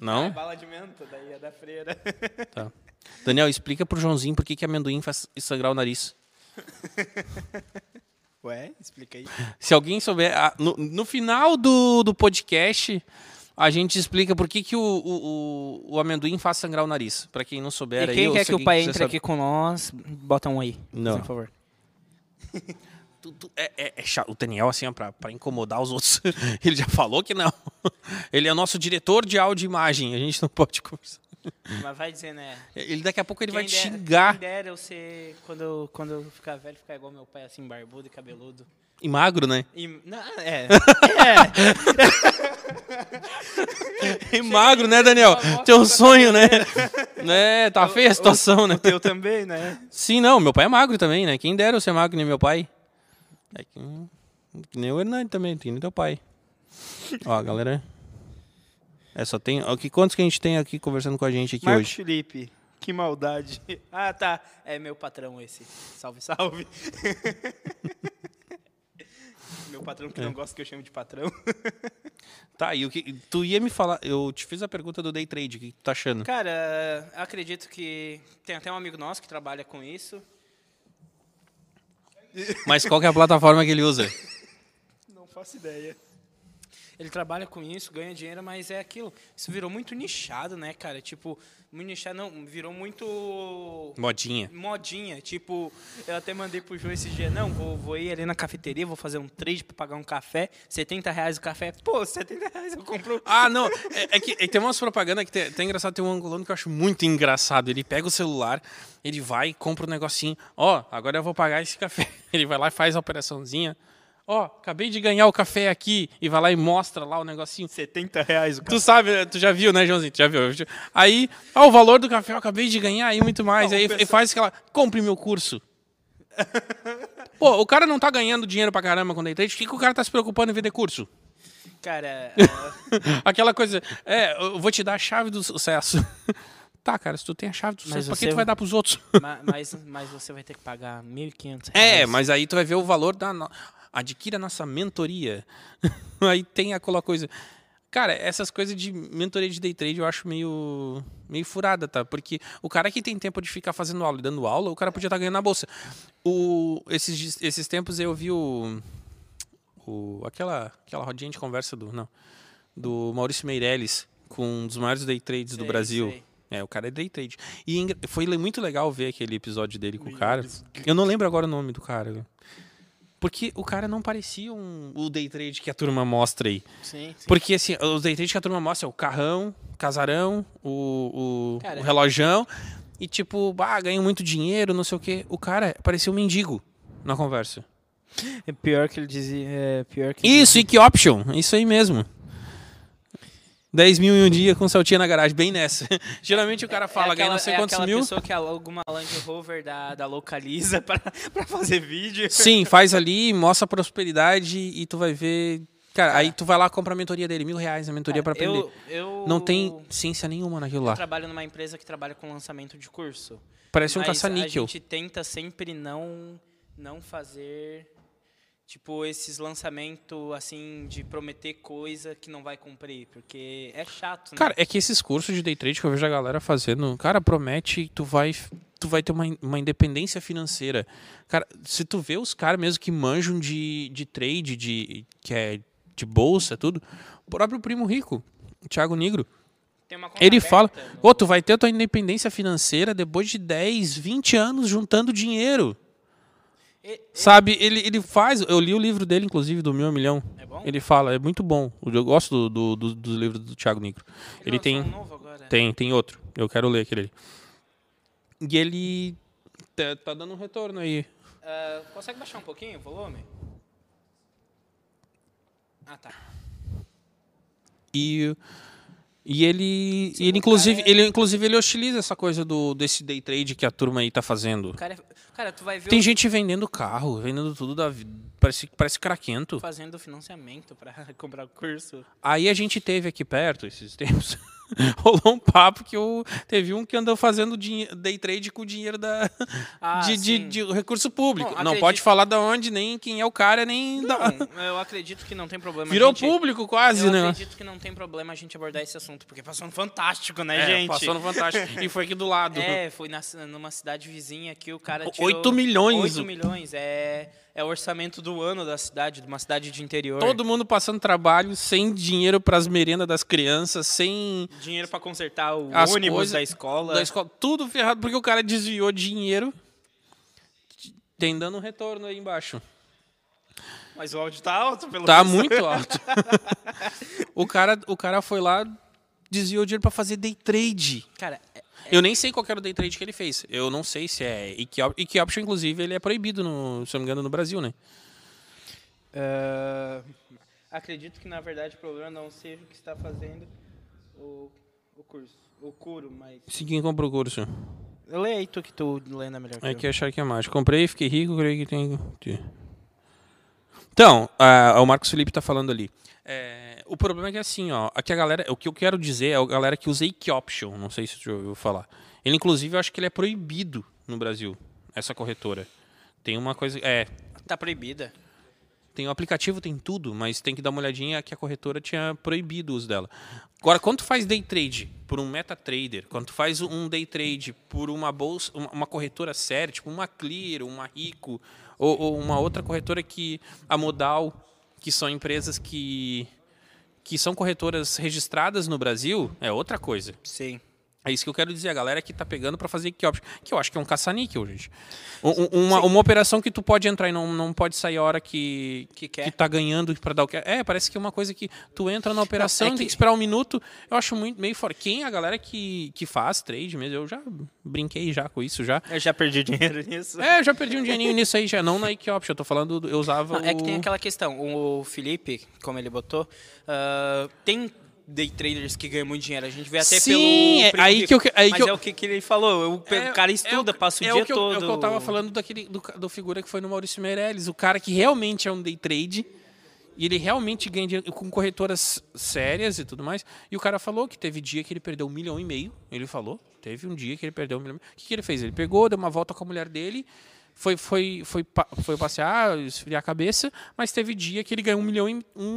[SPEAKER 1] Não?
[SPEAKER 2] bala de menta, daí é da freira. [laughs]
[SPEAKER 1] Tá. Daniel, explica pro Joãozinho por que, que amendoim faz sangrar o nariz.
[SPEAKER 2] Ué, explica aí.
[SPEAKER 1] Se alguém souber. ah, No, no final do, do podcast, a gente explica por que, que o, o, o- o amendoim faz sangrar o nariz. Pra quem não souber
[SPEAKER 2] e
[SPEAKER 1] aí.
[SPEAKER 2] quem
[SPEAKER 1] ou
[SPEAKER 2] quer
[SPEAKER 1] se
[SPEAKER 2] que o
[SPEAKER 1] alguém
[SPEAKER 2] pai
[SPEAKER 1] quiser
[SPEAKER 2] entre
[SPEAKER 1] saber-
[SPEAKER 2] aqui com nós, bota um aí.
[SPEAKER 1] Não.
[SPEAKER 2] Por favor.
[SPEAKER 1] Tu- tu- é, é- é chato. O Daniel, assim, ó, pra, pra incomodar os [laughs] outros, ele já falou que não. Ele é nosso diretor de áudio e imagem. A gente não pode conversar.
[SPEAKER 2] Mas vai dizer, né?
[SPEAKER 1] Ele daqui a pouco ele vai te
[SPEAKER 2] der-
[SPEAKER 1] xingar.
[SPEAKER 2] Quem dera eu ser, quando eu, quando eu ficar velho, ficar igual meu pai, assim, barbudo e cabeludo.
[SPEAKER 1] E magro, né?
[SPEAKER 2] E, não, [laughs] é, é,
[SPEAKER 1] E magro, né, Daniel? Teu sonho, né? [laughs] né? Tá feia a situação, né?
[SPEAKER 2] eu também, né?
[SPEAKER 1] Sim, não, meu pai é magro também, né? Quem dera eu ser magro que nem meu pai. É que, hum, que nem o Hernani também, que nem teu pai. Ó, galera. É, só tem. Ó, que, quantos que a gente tem aqui conversando com a gente aqui hoje?
[SPEAKER 2] Felipe, que maldade. Ah, tá, é meu patrão esse. Salve, salve. [laughs] meu patrão que não gosta que eu chame de patrão.
[SPEAKER 1] Tá, e o que. Tu ia me falar. Eu te fiz a pergunta do day trade, o que tu tá achando?
[SPEAKER 2] Cara, acredito que tem até um amigo nosso que trabalha com isso.
[SPEAKER 1] [laughs] Mas qual que é a plataforma que ele usa?
[SPEAKER 2] Não faço ideia. Ele trabalha com isso, ganha dinheiro, mas é aquilo. Isso virou muito nichado, né, cara? Tipo, muito nichado não, virou muito
[SPEAKER 1] Modinha.
[SPEAKER 2] modinha. Tipo, eu até mandei pro João esse dia, não, vou, vou ir ali na cafeteria, vou fazer um trade pra pagar um café, 70 reais o café. Pô, 70 reais eu compro.
[SPEAKER 1] Ah, não. É, é que é que tem umas propagandas que tem, tem engraçado, tem um angolano que eu acho muito engraçado. Ele pega o celular, [laughs] ele vai, compra um negocinho. Ó, agora eu vou pagar esse café. Ele vai lá e faz a operaçãozinha. Ó, acabei de ganhar o café aqui e vai lá e mostra lá o negocinho.
[SPEAKER 4] 70 reais o
[SPEAKER 1] Tu sabe, né? tu já viu, né, Joãozinho? Tu já viu. Aí, ó, o valor do café eu acabei de ganhar e muito mais.
[SPEAKER 4] Não,
[SPEAKER 1] aí
[SPEAKER 4] pensa-
[SPEAKER 1] e faz aquela, compre meu curso. Pô, o cara não tá ganhando dinheiro pra caramba com day trade, por que, que o cara tá se preocupando em vender curso?
[SPEAKER 2] [laughs] Cara, ah,
[SPEAKER 1] [laughs] Aquela coisa, é, eu vou te dar a chave do sucesso. [laughs] tá, cara, se tu tem a chave do sucesso, pra que
[SPEAKER 2] você-
[SPEAKER 1] tu vai dar pros outros?
[SPEAKER 2] ma- mas, mas você vai ter que pagar 1.500 reais.
[SPEAKER 1] É, mas aí tu vai ver o valor da. no- Adquira nossa mentoria. [laughs] aí tem aquela coisa. Cara, essas coisas de mentoria de day trade eu acho meio, meio furada, tá? Porque o cara que tem tempo de ficar fazendo aula e dando aula, o cara podia estar ganhando na bolsa. O, esses, dias- esses tempos eu vi o, o- aquela, aquela rodinha de conversa do. Não. Do Maurício Meirelles com um dos maiores day trades do
[SPEAKER 2] Sei,
[SPEAKER 1] Brasil.
[SPEAKER 2] sei.
[SPEAKER 1] É, o cara é day trade. E engra- foi le- muito legal ver aquele episódio dele com o cara. Eu não lembro agora o nome do cara. Porque o cara não parecia um, o day trade que a turma mostra aí.
[SPEAKER 2] Sim, sim.
[SPEAKER 1] Porque assim, os day trade que a turma mostra é o carrão, o casarão, o, o,
[SPEAKER 2] Cara,
[SPEAKER 1] o
[SPEAKER 2] é.
[SPEAKER 1] relojão. E tipo, ah, ganho muito dinheiro, não sei o quê. O cara parecia um mendigo na conversa.
[SPEAKER 2] É pior que ele dizia. É pior que
[SPEAKER 1] Isso, e que option? Isso aí mesmo. 10 mil em um dia com saltinha na garagem, bem nessa. [laughs] Geralmente o cara fala, ganha não sei
[SPEAKER 2] é
[SPEAKER 1] quantos
[SPEAKER 2] aquela
[SPEAKER 1] mil.
[SPEAKER 2] pessoa que aluga uma Land Rover da, da Localiza [laughs] pra, pra fazer vídeo.
[SPEAKER 1] Sim, faz ali, mostra a prosperidade e tu vai ver. Cara, aí tu vai lá compra a mentoria dele, mil reais a mentoria pra aprender.
[SPEAKER 2] Eu, É. eu
[SPEAKER 1] Não tem ciência nenhuma naquilo lá.
[SPEAKER 2] trabalho numa empresa que trabalha com lançamento de curso.
[SPEAKER 1] Parece um
[SPEAKER 2] Mas
[SPEAKER 1] caça-níquel.
[SPEAKER 2] A gente tenta sempre não não fazer tipo esses lançamentos assim de prometer coisa que não vai cumprir, porque é chato, né?
[SPEAKER 1] Cara, é que esses cursos de day trade que eu vejo a galera fazendo, cara, promete que tu vai, tu vai ter uma, in- uma independência financeira. Cara, se tu vê os caras mesmo que manjam de, de trade, de, que é de bolsa, tudo, o próprio primo rico, o Thiago Negro,
[SPEAKER 2] Tem uma conta
[SPEAKER 1] ele
[SPEAKER 2] aberta
[SPEAKER 1] fala,
[SPEAKER 2] no-
[SPEAKER 1] ô, tu vai ter tua independência financeira depois de 10, 20 anos juntando dinheiro.
[SPEAKER 2] E-
[SPEAKER 1] Sabe, ele, ele faz. Eu li o livro dele, inclusive, do Mil a Milhão.
[SPEAKER 2] É bom?
[SPEAKER 1] Ele fala, é muito bom. Eu gosto do, do, do, do livro do Thiago Negro. Ele
[SPEAKER 2] lançou
[SPEAKER 1] tem.
[SPEAKER 2] um novo agora.
[SPEAKER 1] Tem, tem outro. Eu quero ler aquele ali. E ele tá, tá dando um retorno aí.
[SPEAKER 2] Ah, consegue baixar um pouquinho o volume? Ah, tá.
[SPEAKER 1] E, e ele,
[SPEAKER 2] Sim,
[SPEAKER 1] e ele
[SPEAKER 2] o
[SPEAKER 1] inclusive,
[SPEAKER 2] cara é-
[SPEAKER 1] ele inclusive ele hostiliza essa coisa do desse day trade que a turma aí tá fazendo.
[SPEAKER 2] O cara, é- cara, tu vai ver
[SPEAKER 1] Tem
[SPEAKER 2] o
[SPEAKER 1] gente vendendo carro, vendendo tudo da vida. Parece, parece craquento.
[SPEAKER 2] fazendo financiamento pra [laughs] comprar o curso.
[SPEAKER 1] Aí a gente teve aqui perto, esses tempos, [laughs] rolou um papo que eu teve um que andou fazendo dinhe- day trade com o dinheiro da,
[SPEAKER 2] Ah,
[SPEAKER 1] de, de-
[SPEAKER 2] sim.
[SPEAKER 1] de recurso público.
[SPEAKER 2] Bom,
[SPEAKER 1] não
[SPEAKER 2] acredito-
[SPEAKER 1] pode falar da onde, nem quem é o cara, nem [laughs] da...
[SPEAKER 2] Não, eu acredito que não tem problema.
[SPEAKER 1] Virou
[SPEAKER 2] gente,
[SPEAKER 1] público quase,
[SPEAKER 2] Eu
[SPEAKER 1] né?
[SPEAKER 2] acredito que não tem problema a gente abordar esse assunto, porque passou no Fantástico, né,
[SPEAKER 1] É,
[SPEAKER 2] gente?
[SPEAKER 1] Passou no Fantástico. e foi aqui do lado.
[SPEAKER 2] [laughs] É, foi na, numa cidade vizinha que o cara
[SPEAKER 1] O-
[SPEAKER 2] tirou...
[SPEAKER 1] oito milhões.
[SPEAKER 2] 8 milhões, é, é o orçamento do ano da cidade, de uma cidade de interior.
[SPEAKER 1] Todo mundo passando trabalho, sem dinheiro para as merendas das crianças, sem
[SPEAKER 2] Dinheiro pra consertar o
[SPEAKER 1] As
[SPEAKER 2] ônibus
[SPEAKER 1] coisas-
[SPEAKER 2] da escola.
[SPEAKER 1] da escola, tudo ferrado, porque o cara desviou dinheiro. Tem dando um retorno aí embaixo.
[SPEAKER 2] Mas o áudio tá alto, pelo
[SPEAKER 1] Tá
[SPEAKER 2] menos.
[SPEAKER 1] muito alto. [laughs] o, cara, o cara foi lá, desviou dinheiro para fazer day trade.
[SPEAKER 2] Cara, é-
[SPEAKER 1] Eu nem sei qual que era o day trade que ele fez. Eu não sei se é. E que, op- e que option, inclusive, ele é proibido, no, se eu não me engano, no Brasil, né?
[SPEAKER 2] Ah, acredito que na verdade o problema não seja o que está fazendo o, o curso, o curo, mas.
[SPEAKER 1] Se quem comprou o curso.
[SPEAKER 2] Lê aí tu que tu lendo melhor.
[SPEAKER 1] É que achar que é mágico. Comprei, fiquei rico, creio que tem. Então, ah, o Marcos Felipe tá falando ali. É, o problema é que assim, ó, aqui a galera, o que eu quero dizer é a galera que usa Ike Option, não sei se tu já ouviu falar. Ele inclusive eu acho que ele é proibido no Brasil, essa corretora. Tem uma coisa, é,
[SPEAKER 2] Tá proibida.
[SPEAKER 1] tem o aplicativo, tem tudo, mas tem que dar uma olhadinha que a corretora tinha proibido o uso dela. Agora, quando tu faz day trade por um MetaTrader, quando tu faz um day trade por uma bolsa, uma- uma corretora séria, tipo uma Clear, uma Rico, ou, ou uma outra corretora que a Modal, que são empresas que que são corretoras registradas no Brasil, é outra coisa.
[SPEAKER 2] Sim.
[SPEAKER 1] É isso que eu quero dizer, a galera que tá pegando para fazer quiopes, que eu acho que é um caça-níquel, gente. Um- um- uma, uma operação que tu pode entrar e não, não pode sair a hora que,
[SPEAKER 2] Que quer.
[SPEAKER 1] que tá ganhando para dar o que. É, parece que é uma coisa que tu entra na operação
[SPEAKER 2] é
[SPEAKER 1] e tem
[SPEAKER 2] que-
[SPEAKER 1] que esperar um minuto. Eu acho muito meio fora. Quem é a galera que, que faz trade mesmo? Eu já brinquei já com isso já.
[SPEAKER 2] Eu já perdi [laughs] dinheiro nisso.
[SPEAKER 1] É, eu já perdi um dinheirinho nisso aí, já não na Equioption. Eu tô falando, do- eu usava.
[SPEAKER 2] Não, é que tem
[SPEAKER 1] o-
[SPEAKER 2] aquela questão. O Felipe, como ele botou, ah, tem day traders que ganham muito dinheiro. A gente vê até
[SPEAKER 1] Sim,
[SPEAKER 2] pelo.
[SPEAKER 1] é
[SPEAKER 2] primo
[SPEAKER 1] aí
[SPEAKER 2] dele.
[SPEAKER 1] que eu que- aí
[SPEAKER 2] Mas
[SPEAKER 1] que eu-
[SPEAKER 2] é o que, que ele falou. O,
[SPEAKER 1] É,
[SPEAKER 2] o cara
[SPEAKER 1] é
[SPEAKER 2] estuda,
[SPEAKER 1] que-
[SPEAKER 2] passa o
[SPEAKER 1] é
[SPEAKER 2] dia
[SPEAKER 1] que eu,
[SPEAKER 2] todo.
[SPEAKER 1] É o que eu tava falando daquele, do, ca- do figura que foi no Maurício Meirelles. O cara que realmente é um day trade. E ele realmente ganha dinheiro com corretoras sérias e tudo mais. E o cara falou que teve dia que ele perdeu um milhão e meio. Ele falou. Teve um dia que ele perdeu um milhão e meio. O que, que ele fez? Ele pegou, deu uma volta com a mulher dele. Foi, foi, foi, pa- foi passear, esfriar a cabeça, mas teve dia que ele ganhou um milhão e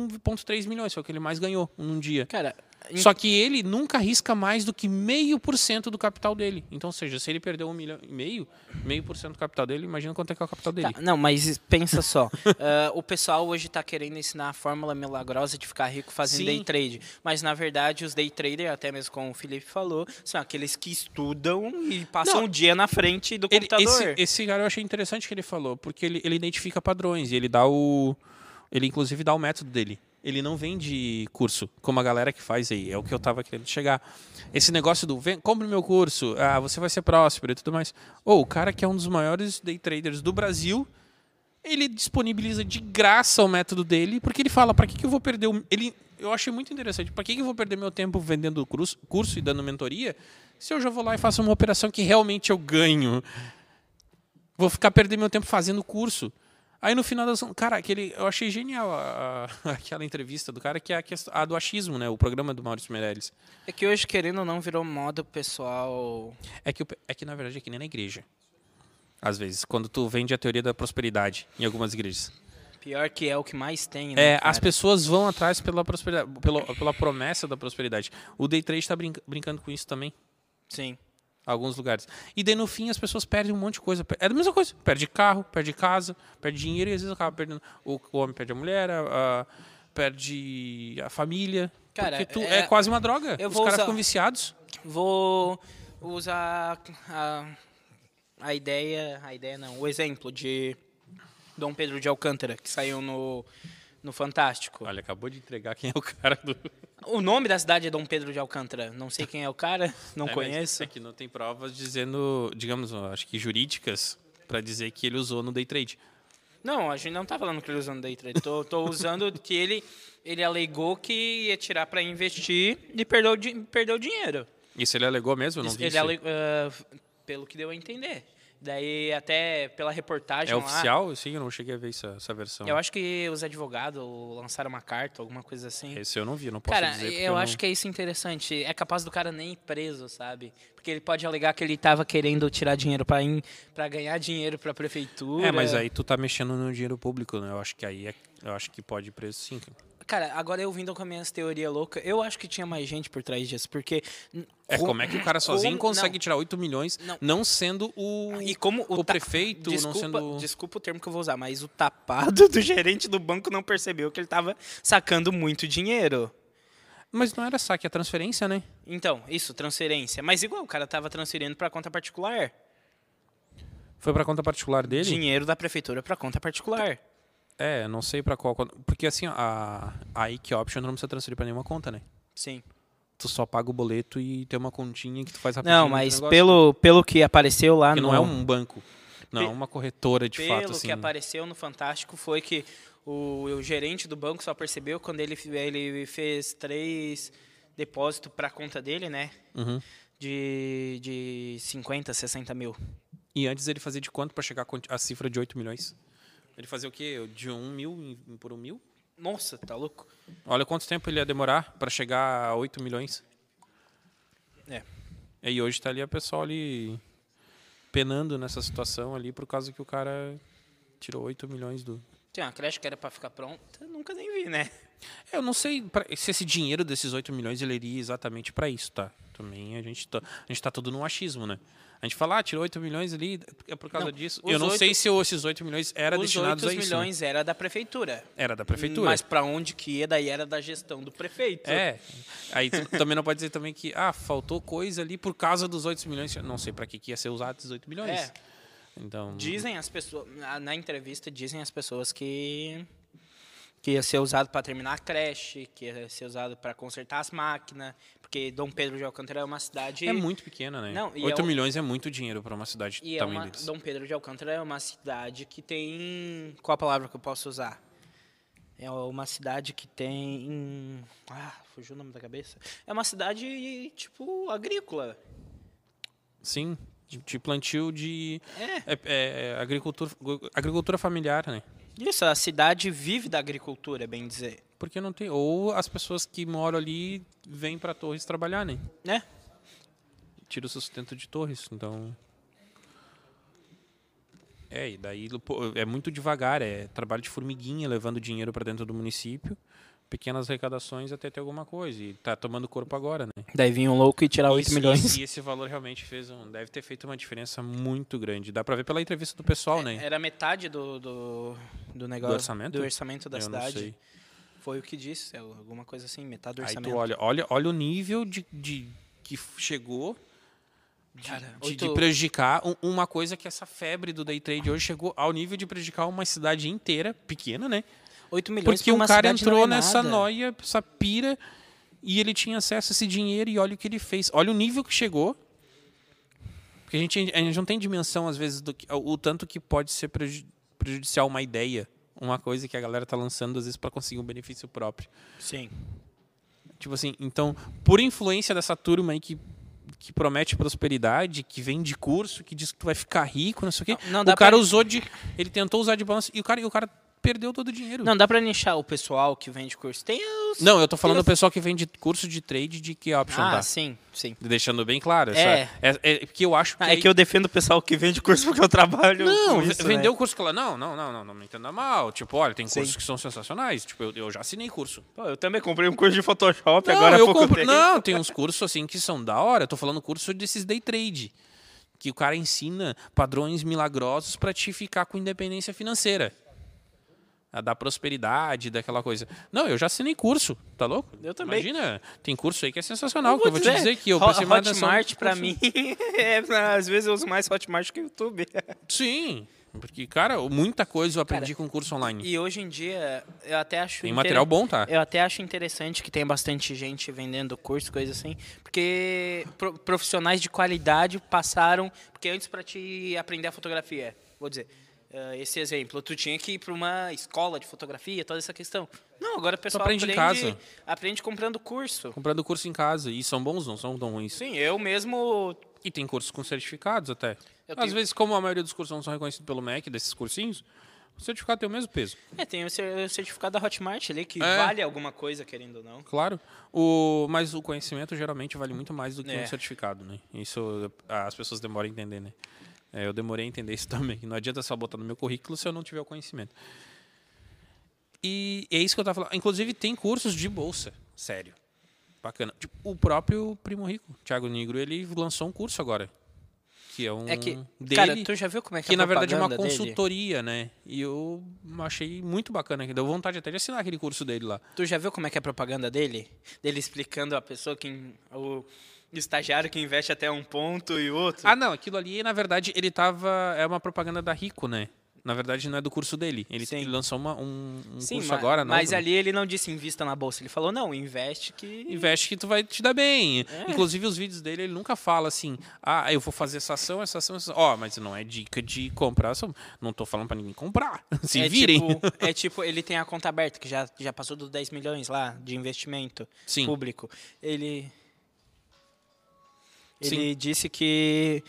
[SPEAKER 1] 1,3 milhões, foi o que ele mais ganhou num dia.
[SPEAKER 2] Cara, em-
[SPEAKER 1] Só que ele nunca arrisca mais do que meio por cento do capital dele. Então, ou seja, se ele perdeu um milhão e meio, meio por cento do capital dele, imagina quanto é que é o capital dele.
[SPEAKER 2] Tá, não, mas pensa só. [laughs] Ah, o pessoal hoje tá querendo ensinar a fórmula milagrosa de ficar rico fazendo
[SPEAKER 1] Sim.
[SPEAKER 2] day trade. Mas, na verdade, os day traders, até mesmo como o Felipe falou, são aqueles que estudam e passam
[SPEAKER 1] Não,
[SPEAKER 2] o dia na frente do
[SPEAKER 1] Ele-
[SPEAKER 2] computador.
[SPEAKER 1] esse, esse cara eu achei interessante que ele falou, porque ele, ele identifica padrões e ele dá o. Ele inclusive dá o método dele. Ele não vende curso, como a galera que faz aí. É o que eu tava querendo chegar. Esse negócio do vem, compre meu curso, ah, você vai ser próspero e tudo mais. Ou o cara que é um dos maiores day traders do Brasil, ele disponibiliza de graça o método dele, porque ele fala, para que, que eu vou perder o... Ele, eu achei muito interessante, para que, que eu vou perder meu tempo vendendo curso, curso e dando mentoria, se eu já vou lá e faço uma operação que realmente eu ganho? Vou ficar perdendo meu tempo fazendo curso. Aí no final das... Cara, aquele, eu achei genial a- a- [laughs] aquela entrevista do cara, que é a, quest- a do achismo, né? O programa do Maurício Meirelles.
[SPEAKER 2] É que hoje, querendo ou não, virou moda o pessoal.
[SPEAKER 1] É que, o pe- é que, na verdade, é que nem na igreja. Às vezes, quando tu vende a teoria da prosperidade em algumas igrejas.
[SPEAKER 2] Pior que é o que mais tem, né?
[SPEAKER 1] É, as
[SPEAKER 2] cara?
[SPEAKER 1] pessoas vão atrás pela, prosperidade, pelo- pela, promessa da prosperidade. O Day Trade está brincando com isso também,
[SPEAKER 2] Sim.
[SPEAKER 1] em alguns lugares. E daí, no fim, as pessoas perdem um monte de coisa. É a mesma coisa. Perde carro, perde casa, perde dinheiro e às vezes acaba perdendo. O, o homem perde a mulher, a- a- perde a família.
[SPEAKER 2] Cara,
[SPEAKER 1] porque tu,
[SPEAKER 2] é-
[SPEAKER 1] é, quase uma droga.
[SPEAKER 2] eu
[SPEAKER 1] Os
[SPEAKER 2] vou
[SPEAKER 1] caras
[SPEAKER 2] usar-
[SPEAKER 1] ficam viciados.
[SPEAKER 2] Vou usar a, a ideia, a ideia não, o exemplo de Dom Pedro de Alcântara, que saiu no, no Fantástico.
[SPEAKER 1] Olha, acabou de entregar quem é o cara do.
[SPEAKER 2] O nome da cidade é Dom Pedro de Alcântara. Não sei quem é o cara, [laughs] não conheço.
[SPEAKER 1] É que não tem provas dizendo, digamos, acho que jurídicas, para dizer que ele usou no day trade.
[SPEAKER 2] Não, a gente não tá falando que ele usando day trade. Tô, tô usando que ele, ele alegou que ia tirar para investir e perdeu, o di- perdeu o dinheiro.
[SPEAKER 1] Isso ele alegou mesmo? Eu não
[SPEAKER 2] Isso-
[SPEAKER 1] vi
[SPEAKER 2] ele
[SPEAKER 1] isso aí.
[SPEAKER 2] ale- ah, pelo que deu a entender. Daí, até pela reportagem
[SPEAKER 1] É
[SPEAKER 2] lá,
[SPEAKER 1] oficial? né? Sim, eu não cheguei a ver essa, essa versão.
[SPEAKER 2] Eu acho que os advogados lançaram uma carta, alguma coisa assim.
[SPEAKER 1] Esse eu não vi, não posso
[SPEAKER 2] Cara,
[SPEAKER 1] dizer. porque
[SPEAKER 2] eu acho
[SPEAKER 1] não-
[SPEAKER 2] que é isso interessante. É capaz do cara nem ir preso, sabe? Porque ele pode alegar que ele tava querendo tirar dinheiro pra in- pra ganhar dinheiro pra prefeitura.
[SPEAKER 1] É, mas aí tu tá mexendo no dinheiro público, né? Eu acho que aí é- eu acho que pode ir preso sim. cara.
[SPEAKER 2] Cara, agora eu vindo com as minhas teorias loucas, eu acho que tinha mais gente por trás disso, porque.
[SPEAKER 1] É, como é que o cara sozinho
[SPEAKER 2] como-
[SPEAKER 1] consegue tirar 8 milhões
[SPEAKER 2] Não.
[SPEAKER 1] não, sendo o,
[SPEAKER 2] não. E como o,
[SPEAKER 1] o
[SPEAKER 2] ta-
[SPEAKER 1] prefeito, não
[SPEAKER 2] desculpa,
[SPEAKER 1] sendo.
[SPEAKER 2] desculpa o termo que eu vou usar, mas o tapado [laughs] do gerente do banco não percebeu que ele tava sacando muito dinheiro.
[SPEAKER 1] Mas não era saque, é transferência, né?
[SPEAKER 2] Então, isso, transferência. Mas igual, o cara tava transferindo pra conta particular.
[SPEAKER 1] Foi pra conta particular dele?
[SPEAKER 2] Dinheiro da prefeitura pra conta particular.
[SPEAKER 1] É, não sei pra qual conta. Porque assim, ó, a, a IQ Option não precisa transferir pra nenhuma conta, né?
[SPEAKER 2] Sim.
[SPEAKER 1] Tu só paga o boleto e tem uma continha que tu faz rapidinho.
[SPEAKER 2] Não,
[SPEAKER 1] no
[SPEAKER 2] mas
[SPEAKER 1] Tá um negócio,
[SPEAKER 2] pelo, pelo que apareceu lá
[SPEAKER 1] Porque
[SPEAKER 2] no
[SPEAKER 1] não é um banco. Não, é
[SPEAKER 2] Pe-
[SPEAKER 1] uma corretora de
[SPEAKER 2] pelo
[SPEAKER 1] fato, assim.
[SPEAKER 2] que apareceu no Fantástico foi que o, o gerente do banco só percebeu quando ele, fi- ele fez três depósitos pra conta dele, né?
[SPEAKER 1] Uhum.
[SPEAKER 2] De, de 50, 60 mil.
[SPEAKER 1] E antes ele fazia de quanto para chegar à quanti- à cifra de 8 milhões? Ele fazia o quê? De 1 mil em- em- por 1 mil?
[SPEAKER 2] Nossa, tá louco?
[SPEAKER 1] Olha quanto tempo ele ia demorar para chegar a 8 milhões.
[SPEAKER 2] É.
[SPEAKER 1] E hoje tá ali a pessoa ali penando nessa situação ali por causa que o cara tirou 8 milhões do...
[SPEAKER 2] Tem uma creche que era pra ficar pronta, nunca nem vi, né?
[SPEAKER 1] Eu não sei pra- se esse dinheiro desses 8 milhões ele iria exatamente para isso, tá? Também a gente tá, a gente tá tudo num achismo, né? A gente fala, ah, tirou 8 milhões ali, é por causa
[SPEAKER 2] Não,
[SPEAKER 1] disso.
[SPEAKER 2] os
[SPEAKER 1] Eu não sei
[SPEAKER 2] oito-
[SPEAKER 1] se esses 8 milhões eram
[SPEAKER 2] Os 8
[SPEAKER 1] destinados a isso. né?
[SPEAKER 2] milhões era da prefeitura.
[SPEAKER 1] Era da prefeitura.
[SPEAKER 2] Mas para onde que ia, daí era da gestão do prefeito.
[SPEAKER 1] É. Aí tu também não pode dizer também que, ah, faltou coisa ali por causa dos 8 milhões. Não sei para que, que ia ser usado esses 8 milhões.
[SPEAKER 2] É.
[SPEAKER 1] Então,
[SPEAKER 2] Dizem as pessoas, na, na entrevista, dizem as pessoas que, que ia ser usado para terminar a creche, que ia ser usado para consertar as máquinas, porque Dom Pedro de Alcântara é uma cidade...
[SPEAKER 1] é muito pequena, né?
[SPEAKER 2] Não, e
[SPEAKER 1] 8
[SPEAKER 2] é um-
[SPEAKER 1] milhões é muito dinheiro para uma cidade do
[SPEAKER 2] E é
[SPEAKER 1] tamanho
[SPEAKER 2] uma,
[SPEAKER 1] deles.
[SPEAKER 2] Dom Pedro de Alcântara é uma cidade que tem... Qual a palavra que eu posso usar? É uma cidade que tem... Ah, fugiu o nome da cabeça. É uma cidade, tipo, agrícola.
[SPEAKER 1] Sim, de, de plantio de...
[SPEAKER 2] É,
[SPEAKER 1] é- é- é agricultura, agricultura familiar, né?
[SPEAKER 2] isso, a cidade vive da agricultura, é bem dizer.
[SPEAKER 1] Porque não tem... Ou as pessoas que moram ali vêm para Torres trabalhar, né?
[SPEAKER 2] Né?
[SPEAKER 1] tira o sustento de Torres, então. É, e daí pô, é muito devagar, é trabalho de formiguinha levando dinheiro para dentro do município, pequenas arrecadações até ter alguma coisa. E tá tomando corpo agora, né?
[SPEAKER 2] Daí vinha um louco e tirar 8
[SPEAKER 1] Isso-
[SPEAKER 2] milhões.
[SPEAKER 1] isso- E esse valor realmente fez um. Deve ter feito uma diferença muito grande. Dá para ver pela entrevista do pessoal, né?
[SPEAKER 2] Era metade do, do, do negócio.
[SPEAKER 1] orçamento?
[SPEAKER 2] do orçamento da
[SPEAKER 1] Eu não
[SPEAKER 2] cidade.
[SPEAKER 1] sei.
[SPEAKER 2] Foi o que disse, é alguma coisa assim, metade do
[SPEAKER 1] Aí
[SPEAKER 2] orçamento.
[SPEAKER 1] tu olha, olha, olha o nível de, de que f- chegou
[SPEAKER 2] Cara,
[SPEAKER 1] de, de
[SPEAKER 2] oito-
[SPEAKER 1] prejudicar um- uma coisa que essa febre do day trade hoje chegou ao nível de prejudicar uma cidade inteira, pequena, né?
[SPEAKER 2] 8 milhões
[SPEAKER 1] Porque
[SPEAKER 2] pra
[SPEAKER 1] o
[SPEAKER 2] uma
[SPEAKER 1] cara
[SPEAKER 2] cidade não
[SPEAKER 1] entrou
[SPEAKER 2] é
[SPEAKER 1] nessa
[SPEAKER 2] nada.
[SPEAKER 1] noia, essa pira, e ele tinha acesso a esse dinheiro e olha o que ele fez. Olha o nível que chegou. Porque a gente, a gente não tem dimensão, às vezes, do que- o tanto que pode ser preju- prejudicial uma ideia, uma coisa que a galera tá lançando, às vezes, para conseguir um benefício próprio.
[SPEAKER 2] Sim.
[SPEAKER 1] Tipo assim, então, por influência dessa turma aí que, que promete prosperidade, que vende curso, que diz que tu vai ficar rico, não sei o quê.
[SPEAKER 2] Não, não dá
[SPEAKER 1] o cara
[SPEAKER 2] pra-
[SPEAKER 1] usou de. Ele tentou usar de balanço e o cara, e o cara perdeu todo o dinheiro.
[SPEAKER 2] Não, dá pra nichar o pessoal que vende curso. Tem os...
[SPEAKER 1] Não, eu tô falando do pessoal que vende curso de trade de que option
[SPEAKER 2] Ah,
[SPEAKER 1] tá.
[SPEAKER 2] sim, sim.
[SPEAKER 1] Deixando bem claro. essa-
[SPEAKER 2] É.
[SPEAKER 1] é, é que eu acho que.
[SPEAKER 2] Ah, é
[SPEAKER 1] aí-
[SPEAKER 2] que eu defendo o pessoal que vende curso porque eu trabalho
[SPEAKER 1] Não,
[SPEAKER 2] com isso, né?
[SPEAKER 1] vendeu o curso que ela. Não, não, não, não, não me entenda mal. Tipo, olha, tem
[SPEAKER 2] Sim.
[SPEAKER 1] cursos que são sensacionais. Tipo, eu, eu já assinei curso.
[SPEAKER 2] né? Pô, eu também comprei um curso de Photoshop
[SPEAKER 1] Não,
[SPEAKER 2] agora há
[SPEAKER 1] eu
[SPEAKER 2] pouco
[SPEAKER 1] compro-
[SPEAKER 2] tempo.
[SPEAKER 1] Não, tem uns cursos assim que são da hora. Eu tô falando curso desses day trade. Que o cara ensina padrões milagrosos pra te ficar com independência financeira. A da prosperidade, daquela coisa. Não, eu já assinei curso, tá louco?
[SPEAKER 2] Eu também.
[SPEAKER 1] Imagina, tem curso aí que é sensacional. que eu vou te dizer que eu
[SPEAKER 2] Ho-
[SPEAKER 1] passei mais atenção-
[SPEAKER 2] Hotmart pra mim, [laughs] é, às vezes eu uso mais Hotmart que o YouTube.
[SPEAKER 1] Sim, porque, cara, muita coisa eu aprendi com curso online.
[SPEAKER 2] E hoje em dia, eu até acho
[SPEAKER 1] Tem
[SPEAKER 2] inter-
[SPEAKER 1] material bom, tá?
[SPEAKER 2] Eu até acho interessante que tem bastante gente vendendo curso, coisa assim, porque pro- profissionais de qualidade passaram, porque antes para te aprender a fotografia, vou dizer, eh, esse exemplo, tu tinha que ir para uma escola de fotografia, toda essa questão. Não, agora o pessoal
[SPEAKER 1] aprende
[SPEAKER 2] aprende,
[SPEAKER 1] em casa.
[SPEAKER 2] aprende comprando curso.
[SPEAKER 1] Comprando curso em casa. E são bons, não são tão ruins.
[SPEAKER 2] Sim, eu mesmo
[SPEAKER 1] E tem cursos com certificados até.
[SPEAKER 2] Eu
[SPEAKER 1] Às
[SPEAKER 2] tenho-
[SPEAKER 1] vezes, como a maioria dos cursos não são reconhecidos pelo MEC, desses cursinhos, o certificado tem o mesmo peso.
[SPEAKER 2] é, tenho o cer- o certificado da Hotmart ali que
[SPEAKER 1] É.
[SPEAKER 2] vale alguma coisa, querendo ou não.
[SPEAKER 1] Claro. O... Mas o conhecimento geralmente vale muito mais do que
[SPEAKER 2] É.
[SPEAKER 1] um certificado, né? Isso ah, as pessoas demoram a entender, né? É, eu demorei a entender isso [laughs] também. Não adianta só botar no meu currículo se eu não tiver o conhecimento. E é isso que eu tava falando. Inclusive, tem cursos de bolsa. Sério. Bacana. Tipo, o próprio Primo Rico, Thiago Nigro, ele lançou um curso agora. Que é um
[SPEAKER 2] É que,
[SPEAKER 1] dele.
[SPEAKER 2] cara, tu já viu como é que,
[SPEAKER 1] que
[SPEAKER 2] é a
[SPEAKER 1] na verdade é uma
[SPEAKER 2] propaganda dele?
[SPEAKER 1] consultoria, né? E eu achei muito bacana, que deu vontade até de assinar aquele curso dele lá.
[SPEAKER 2] Tu já viu como é que é a propaganda dele? Dele explicando a pessoa que. in- o estagiário que investe até um ponto e outro.
[SPEAKER 1] Ah, não, aquilo ali, na verdade, ele tava. É uma propaganda da Rico, né? Na verdade, não é do curso dele. Ele,
[SPEAKER 2] Sim.
[SPEAKER 1] ele lançou uma- um, um
[SPEAKER 2] Sim,
[SPEAKER 1] curso
[SPEAKER 2] ma-
[SPEAKER 1] agora, não.
[SPEAKER 2] Mas ali ele não disse invista na bolsa. Ele falou, não, investe que.
[SPEAKER 1] Investe que tu vai te dar bem.
[SPEAKER 2] É.
[SPEAKER 1] Inclusive, os vídeos dele, ele nunca fala assim: ah, eu vou fazer essa ação, essa ação, essa ação. Ó, mas não é dica de comprar. essa- Não tô falando pra ninguém comprar. [laughs] Se
[SPEAKER 2] é
[SPEAKER 1] virem.
[SPEAKER 2] Tipo,
[SPEAKER 1] [laughs]
[SPEAKER 2] é tipo, ele tem a conta aberta, que já, já passou dos 10 milhões lá de investimento
[SPEAKER 1] Sim.
[SPEAKER 2] público. Ele.
[SPEAKER 1] Sim.
[SPEAKER 2] Ele disse que.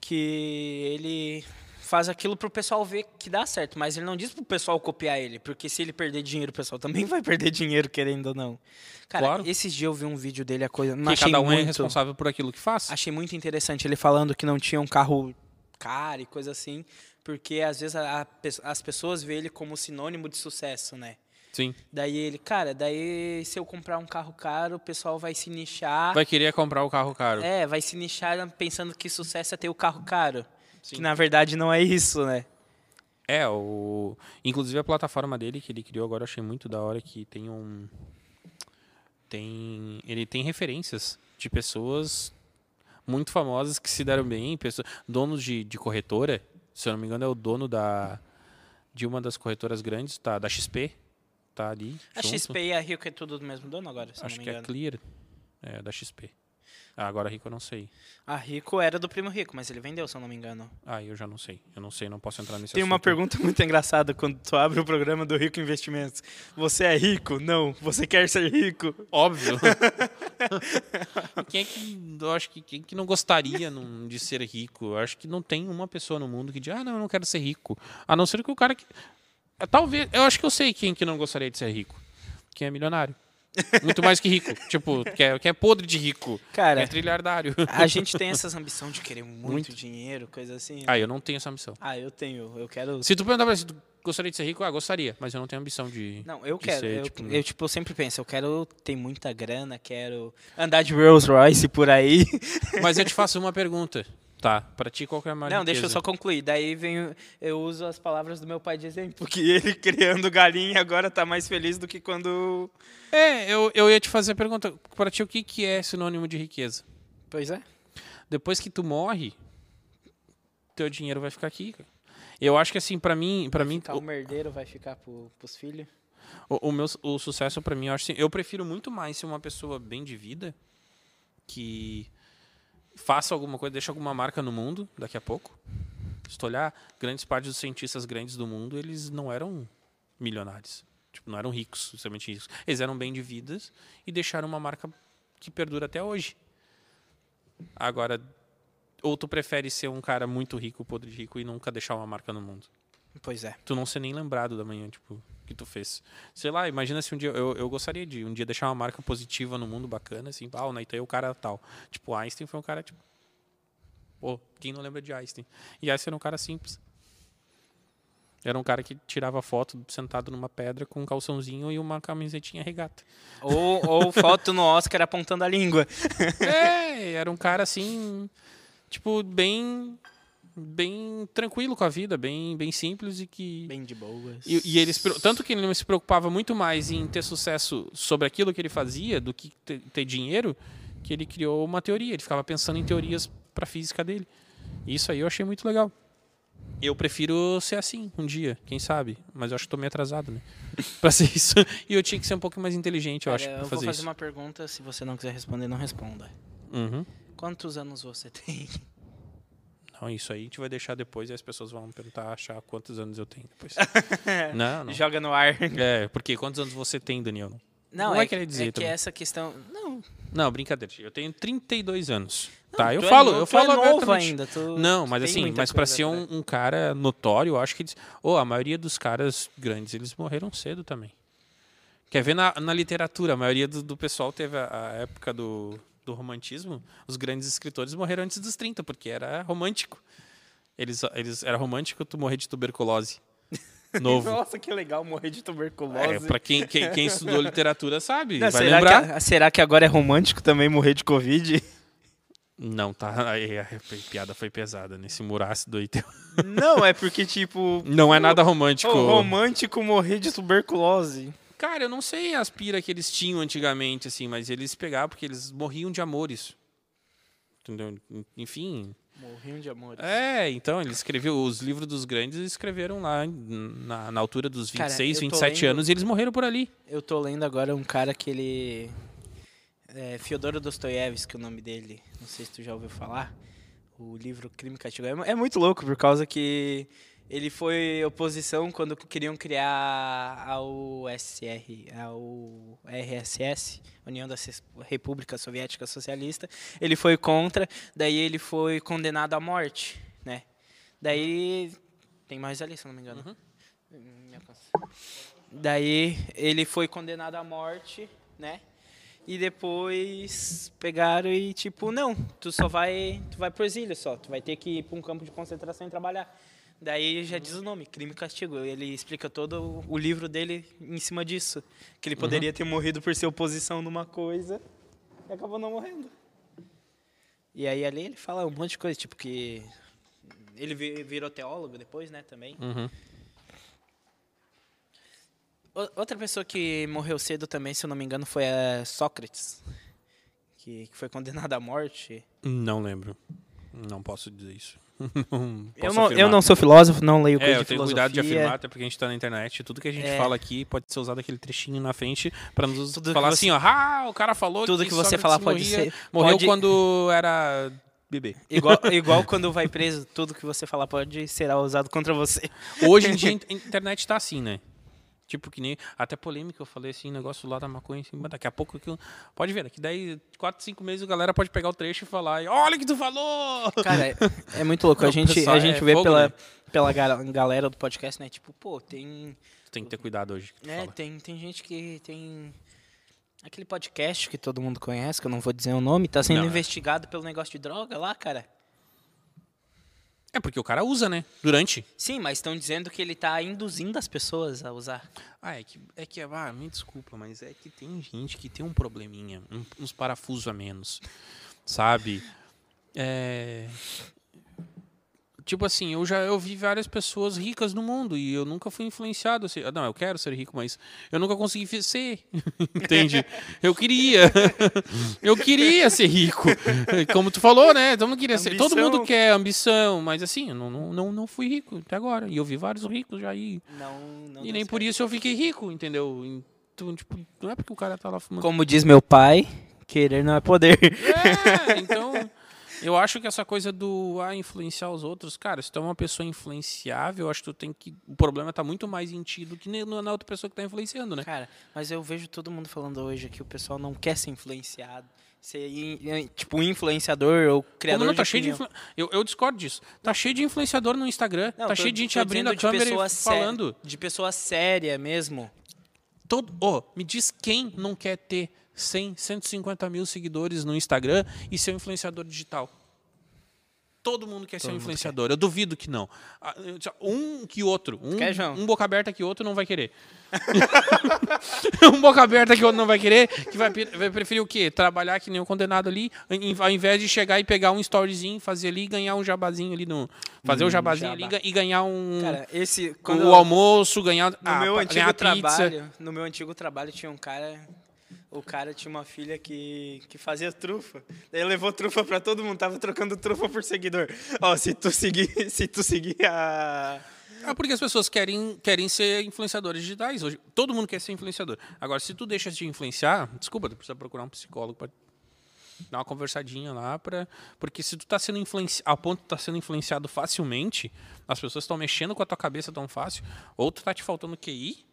[SPEAKER 2] Que ele faz aquilo pro pessoal ver que dá certo, mas ele não diz pro pessoal copiar ele, porque se ele perder dinheiro, o pessoal também [laughs] vai perder dinheiro, querendo ou não. Cara,
[SPEAKER 1] Claro.
[SPEAKER 2] esses dias eu vi um vídeo dele, a coisa. Não
[SPEAKER 1] Que
[SPEAKER 2] achei
[SPEAKER 1] cada um é
[SPEAKER 2] muito...
[SPEAKER 1] responsável por aquilo que faz.
[SPEAKER 2] Achei muito interessante ele falando que não tinha um carro caro e coisa assim, porque às vezes a- a pe- as pessoas veem ele como sinônimo de sucesso, né?
[SPEAKER 1] Sim.
[SPEAKER 2] Daí ele, cara, daí se eu comprar um carro caro, o pessoal vai se nichar.
[SPEAKER 1] Vai querer comprar o carro caro.
[SPEAKER 2] É, vai se nichar pensando que sucesso é ter o carro caro. Que na verdade não é isso, né?
[SPEAKER 1] É, o... inclusive a plataforma dele que ele criou agora eu achei muito da hora que tem um tem ele tem referências de pessoas muito famosas que se deram bem, pessoas, donos de, de corretora, se eu não me engano é o dono da de uma das corretoras grandes, tá, da XP, tá ali.
[SPEAKER 2] A
[SPEAKER 1] junto.
[SPEAKER 2] XP e a Rio que é tudo do mesmo dono agora, se
[SPEAKER 1] acho
[SPEAKER 2] não me
[SPEAKER 1] que é
[SPEAKER 2] engano.
[SPEAKER 1] Clear, é da XP. Ah, agora rico eu não sei.
[SPEAKER 2] A Rico era do primo Rico, mas ele vendeu, se eu não me engano.
[SPEAKER 1] Ah, eu já não sei. Eu não sei, não posso entrar nesse
[SPEAKER 2] Tem uma
[SPEAKER 1] assunto.
[SPEAKER 2] pergunta [laughs] muito engraçada quando tu abre o programa do Rico Investimentos. Você é rico? Não. Você quer ser rico?
[SPEAKER 1] Óbvio. [laughs] quem é que, eu acho que quem que não gostaria num- de ser rico? Eu acho que não tem uma pessoa no mundo que diz, ah, não, eu não quero ser rico. A não ser que o cara que. É, Talvez. Eu acho que eu sei quem que não gostaria de ser rico. Quem é milionário. Muito mais que
[SPEAKER 2] [laughs]
[SPEAKER 1] rico. Tipo, que é, que é podre de rico.
[SPEAKER 2] Cara,
[SPEAKER 1] É trilhardário.
[SPEAKER 2] a gente tem essas ambições
[SPEAKER 1] [laughs]
[SPEAKER 2] de querer muito,
[SPEAKER 1] Muito.
[SPEAKER 2] dinheiro, coisa assim. né?
[SPEAKER 1] Ah, eu não tenho essa ambição.
[SPEAKER 2] Ah, eu tenho. Eu quero.
[SPEAKER 1] Se tu perguntar pra mim se tu gostaria de ser rico, ah, gostaria. Mas eu não tenho ambição
[SPEAKER 2] [laughs]
[SPEAKER 1] de.
[SPEAKER 2] Não, eu
[SPEAKER 1] de
[SPEAKER 2] quero.
[SPEAKER 1] ser,
[SPEAKER 2] eu,
[SPEAKER 1] tipo,
[SPEAKER 2] eu, tipo, eu sempre penso, eu quero ter muita grana, quero andar de Rolls Royce por [laughs] aí.
[SPEAKER 1] Mas eu te faço uma pergunta. Tá, pra ti qual que é a maior
[SPEAKER 2] Não, deixa eu
[SPEAKER 1] riqueza?
[SPEAKER 2] só concluir. Daí vem, eu uso as palavras do meu pai de exemplo, que ele [laughs] criando galinha agora tá mais feliz do que quando.
[SPEAKER 1] É, eu, eu ia te fazer a pergunta. Pra ti, o que, que é sinônimo de riqueza?
[SPEAKER 2] Pois é.
[SPEAKER 1] Depois que tu morre, teu dinheiro vai ficar aqui. cara. Eu acho que assim, pra mim, para mim,
[SPEAKER 2] Ficar um Então, o merdeiro vai ficar pro, pros filhos.
[SPEAKER 1] o, o meu su- o sucesso pra mim, eu acho assim, eu prefiro muito mais ser uma pessoa bem de vida que faça alguma coisa, deixa alguma marca no mundo daqui a pouco. Se tu olhar, grandes partes dos cientistas grandes do mundo, eles não eram milionários. Tipo, não eram ricos, justamente ricos. Eles eram bem de vidas e deixaram uma marca que perdura até hoje. Agora, ou tu prefere ser um cara muito rico, podre de rico e nunca deixar uma marca no mundo?
[SPEAKER 2] Pois é.
[SPEAKER 1] tu não ser nem lembrado da manhã, tipo, que tu fez. Sei lá, imagina se um dia. Eu, eu gostaria de um dia deixar uma marca positiva no mundo bacana, assim, pau, na Itaí o cara tal. Tipo, Einstein foi um cara, tipo. Pô, quem não lembra de Einstein? E Einstein era um cara simples. Era um cara que tirava foto sentado numa pedra com um calçãozinho e uma camisetinha regata.
[SPEAKER 2] Ou, ou foto no Oscar apontando a língua.
[SPEAKER 1] É, era um cara assim, tipo, bem bem tranquilo com a vida, bem bem simples e que
[SPEAKER 2] Bem de boas.
[SPEAKER 1] E, e ele se pre- tanto que ele se preocupava muito mais em ter sucesso sobre aquilo que ele fazia do que ter, ter dinheiro, que ele criou uma teoria. Ele ficava pensando em teorias para física dele. E isso aí eu achei muito legal. Eu prefiro ser assim um dia, quem sabe. Mas eu acho que tô meio atrasado, né? [laughs] pra ser isso. E eu tinha que ser um pouco mais inteligente, eu acho,
[SPEAKER 2] Cara,
[SPEAKER 1] pra
[SPEAKER 2] eu vou
[SPEAKER 1] fazer,
[SPEAKER 2] fazer
[SPEAKER 1] isso.
[SPEAKER 2] uma pergunta, se você não quiser responder, não responda.
[SPEAKER 1] Uhum.
[SPEAKER 2] Quantos anos você tem?
[SPEAKER 1] Não, isso aí a gente vai deixar depois e as pessoas vão perguntar, achar quantos anos eu tenho
[SPEAKER 2] [laughs]
[SPEAKER 1] depois. não, não.
[SPEAKER 2] Joga no ar.
[SPEAKER 1] É, porque quantos anos você tem, Daniel?
[SPEAKER 2] Não,
[SPEAKER 1] vai
[SPEAKER 2] é, que-
[SPEAKER 1] querer dizer
[SPEAKER 2] é que
[SPEAKER 1] também.
[SPEAKER 2] essa questão. Não,
[SPEAKER 1] Não, brincadeira. Eu tenho 32 anos. tá, eu
[SPEAKER 2] tu é
[SPEAKER 1] falo,
[SPEAKER 2] no-
[SPEAKER 1] eu
[SPEAKER 2] tu
[SPEAKER 1] falo
[SPEAKER 2] é novo
[SPEAKER 1] abertamente.
[SPEAKER 2] ainda. tu-
[SPEAKER 1] Não,
[SPEAKER 2] tu
[SPEAKER 1] mas
[SPEAKER 2] tem
[SPEAKER 1] assim,
[SPEAKER 2] muita
[SPEAKER 1] mas pra
[SPEAKER 2] coisa né?
[SPEAKER 1] ser
[SPEAKER 2] pra-
[SPEAKER 1] um, um cara notório, eu acho que eles- Ô, a maioria dos caras grandes, eles morreram cedo também. Quer ver na, na literatura, a maioria do, do pessoal teve a, a época do, do romantismo, os grandes escritores morreram antes dos 30, porque era romântico. Eles, eles era romântico tu morrer de
[SPEAKER 2] [laughs]
[SPEAKER 1] tuberculose. Novo.
[SPEAKER 2] Nossa, que legal morrer de tuberculose.
[SPEAKER 1] É, pra quem, quem, quem estudou literatura sabe,
[SPEAKER 2] Não,
[SPEAKER 1] vai
[SPEAKER 2] será,
[SPEAKER 1] lembrar.
[SPEAKER 2] que, será que agora é romântico também morrer de
[SPEAKER 1] [laughs]
[SPEAKER 2] Covid?
[SPEAKER 1] Não, tá. [laughs] aí, A piada foi pesada nesse murácido aí. teu.
[SPEAKER 2] Não, é porque, tipo,
[SPEAKER 1] Não é nada romântico.
[SPEAKER 2] o romântico morrer de tuberculose.
[SPEAKER 1] Cara, eu não sei as pira que eles tinham antigamente, assim, mas eles pegavam porque eles morriam de amores. Entendeu? Enfim.
[SPEAKER 2] Morriam de amor.
[SPEAKER 1] É, então, ele escreveu. Os livros dos grandes eles escreveram lá na, na altura dos
[SPEAKER 2] Cara,
[SPEAKER 1] 26,
[SPEAKER 2] eu tô
[SPEAKER 1] 27
[SPEAKER 2] lendo-
[SPEAKER 1] anos e eles morreram por ali.
[SPEAKER 2] Eu tô lendo agora um cara que ele. É, Fyodor Dostoiévski, o nome dele. Não sei se tu já ouviu falar. O livro Crime e Castigo. É mu- É muito louco, por causa que ele foi oposição quando queriam criar ao SR, ao RSS, União das Res- Repúblicas Soviéticas Socialistas. Ele foi contra, daí ele foi condenado à morte, né? Daí. Tem mais ali, se eu não me engano. Hum, me alcança. Daí ele foi condenado à morte, né? E depois pegaram e tipo, não, tu só vai, tu vai pro exílio só, tu vai ter que ir para um campo de concentração e trabalhar. Daí já diz o nome, crime e castigo. Ele explica todo o- o livro dele em cima disso. Que ele poderia ter morrido por ser oposição numa coisa e acabou não morrendo. E aí ali ele fala um monte de coisa, tipo que... Ele vi- virou teólogo depois, né, também.
[SPEAKER 1] Uhum.
[SPEAKER 2] O- Outra pessoa que morreu cedo também, se eu não me engano, foi a Sócrates. Que, que foi condenado à morte.
[SPEAKER 1] Não lembro. Não posso dizer isso. [laughs]
[SPEAKER 2] Eu não, eu não sou filósofo, não leio
[SPEAKER 1] É,
[SPEAKER 2] coisa
[SPEAKER 1] eu
[SPEAKER 2] de
[SPEAKER 1] tenho
[SPEAKER 2] filosofia.
[SPEAKER 1] cuidado de afirmar, até porque a gente tá na internet. Tudo que a gente
[SPEAKER 2] É.
[SPEAKER 1] fala aqui pode ser usado aquele trechinho na frente pra nos
[SPEAKER 2] Tudo que
[SPEAKER 1] falar assim,
[SPEAKER 2] você-
[SPEAKER 1] ó. Ah, o cara falou
[SPEAKER 2] Tudo
[SPEAKER 1] que
[SPEAKER 2] que você
[SPEAKER 1] Sócrates
[SPEAKER 2] falar pode
[SPEAKER 1] morria-
[SPEAKER 2] ser-
[SPEAKER 1] Morreu
[SPEAKER 2] pode-
[SPEAKER 1] quando era bebê.
[SPEAKER 2] [laughs] Igual, igual quando vai preso, tudo que você falar pode ser usado contra você.
[SPEAKER 1] Hoje em dia
[SPEAKER 2] [laughs]
[SPEAKER 1] a internet tá assim, né? Tipo que nem. Até polêmica, eu falei assim, negócio lá da maconha, assim, mas daqui a pouco aquilo. Pode ver, daqui 10, 4, 5 meses a galera pode pegar o trecho e falar, olha o que tu falou!
[SPEAKER 2] Cara, é, é muito [laughs] louco.
[SPEAKER 1] Não,
[SPEAKER 2] a gente,
[SPEAKER 1] pessoal,
[SPEAKER 2] a gente
[SPEAKER 1] é
[SPEAKER 2] vê
[SPEAKER 1] fogo,
[SPEAKER 2] pela,
[SPEAKER 1] né?
[SPEAKER 2] pela ga- galera do podcast, né? Tipo, pô, tem.
[SPEAKER 1] Tem que ter cuidado hoje. que tu
[SPEAKER 2] É,
[SPEAKER 1] fala.
[SPEAKER 2] tem, tem gente que tem. Aquele podcast que todo mundo conhece, que eu não vou dizer o nome, tá sendo
[SPEAKER 1] Não, é.
[SPEAKER 2] investigado pelo negócio de droga lá, cara.
[SPEAKER 1] É porque o cara usa, né? Durante.
[SPEAKER 2] Sim, mas estão dizendo que ele tá induzindo as pessoas a usar.
[SPEAKER 1] Ah, é que, é que ah, me desculpa, mas é que tem gente que tem um probleminha, um- uns parafusos a menos, sabe? É... Tipo assim, eu já eu vi várias pessoas ricas no mundo e eu nunca fui influenciado. Assim, ah, não, eu quero ser rico, mas eu nunca consegui fi- ser, [laughs] entende? Eu queria, [laughs] eu queria ser rico, como tu falou, né? Todo mundo queria ser, todo mundo
[SPEAKER 2] Ambição.
[SPEAKER 1] quer ambição, mas assim, eu não, não, não, não fui rico até agora. E eu vi vários ricos já aí
[SPEAKER 2] Não, não tá
[SPEAKER 1] e
[SPEAKER 2] deu
[SPEAKER 1] nem por
[SPEAKER 2] certo.
[SPEAKER 1] isso eu fiquei rico, entendeu? Então, tipo, não é porque o cara tá lá fumando.
[SPEAKER 2] Como diz meu pai, querer não é poder.
[SPEAKER 1] É, então. Eu acho que essa coisa do ah, influenciar os outros, cara, se tu é uma pessoa influenciável, eu acho que tu tem que. O problema tá muito mais em ti do que ne- na outra pessoa que tá influenciando, né?
[SPEAKER 2] [laughs] Cara, mas eu vejo todo mundo falando hoje que o pessoal não quer ser influenciado. Ser, in- in- tipo, influenciador ou criador
[SPEAKER 1] Como não, tá
[SPEAKER 2] de
[SPEAKER 1] cheio de
[SPEAKER 2] opinião.
[SPEAKER 1] influ- eu, eu discordo disso. Tá cheio de influenciador no Instagram,
[SPEAKER 2] Não,
[SPEAKER 1] tá
[SPEAKER 2] tô-
[SPEAKER 1] cheio de gente
[SPEAKER 2] tô
[SPEAKER 1] abrindo a
[SPEAKER 2] dizendo de
[SPEAKER 1] câmera
[SPEAKER 2] pessoa
[SPEAKER 1] e
[SPEAKER 2] séria-
[SPEAKER 1] falando.
[SPEAKER 2] de pessoa séria mesmo.
[SPEAKER 1] Todo, oh, me diz quem não quer ter 100, 150 mil seguidores no Instagram e ser um influenciador digital? Todo mundo quer ser um influenciador. Eu duvido que não. Ah, eu só- Um que outro. Um,
[SPEAKER 2] quer, João?
[SPEAKER 1] um boca aberta que outro não vai querer. [laughs] um boca aberta que outro não vai querer. Que vai, pe- vai preferir o quê? Trabalhar que nem um condenado ali, em- ao invés de chegar e pegar um storyzinho, fazer ali e ganhar um jabazinho ali no. Fazer o jabazinho ali
[SPEAKER 2] jabá.
[SPEAKER 1] e ganhar um.
[SPEAKER 2] Cara, esse... Quando
[SPEAKER 1] o
[SPEAKER 2] eu-
[SPEAKER 1] almoço, ganhar.
[SPEAKER 2] no
[SPEAKER 1] ah,
[SPEAKER 2] meu
[SPEAKER 1] pa- ganhar
[SPEAKER 2] antigo
[SPEAKER 1] a pizza.
[SPEAKER 2] trabalho, no meu antigo trabalho tinha um cara... O cara tinha uma filha que, que fazia trufa. Daí levou trufa pra todo mundo, tava trocando trufa por seguidor. Ó, se tu seguir, [laughs] se tu seguir a
[SPEAKER 1] É porque as pessoas querem, querem ser influenciadores digitais. Hoje, todo mundo quer ser influenciador. Agora, se tu deixa de influenciar, desculpa, tu precisa procurar um psicólogo para dar uma conversadinha lá para porque se tu tá sendo influenciado ao ponto de tá sendo influenciado facilmente, as pessoas estão mexendo com a tua cabeça tão fácil, ou tu tá te faltando QI,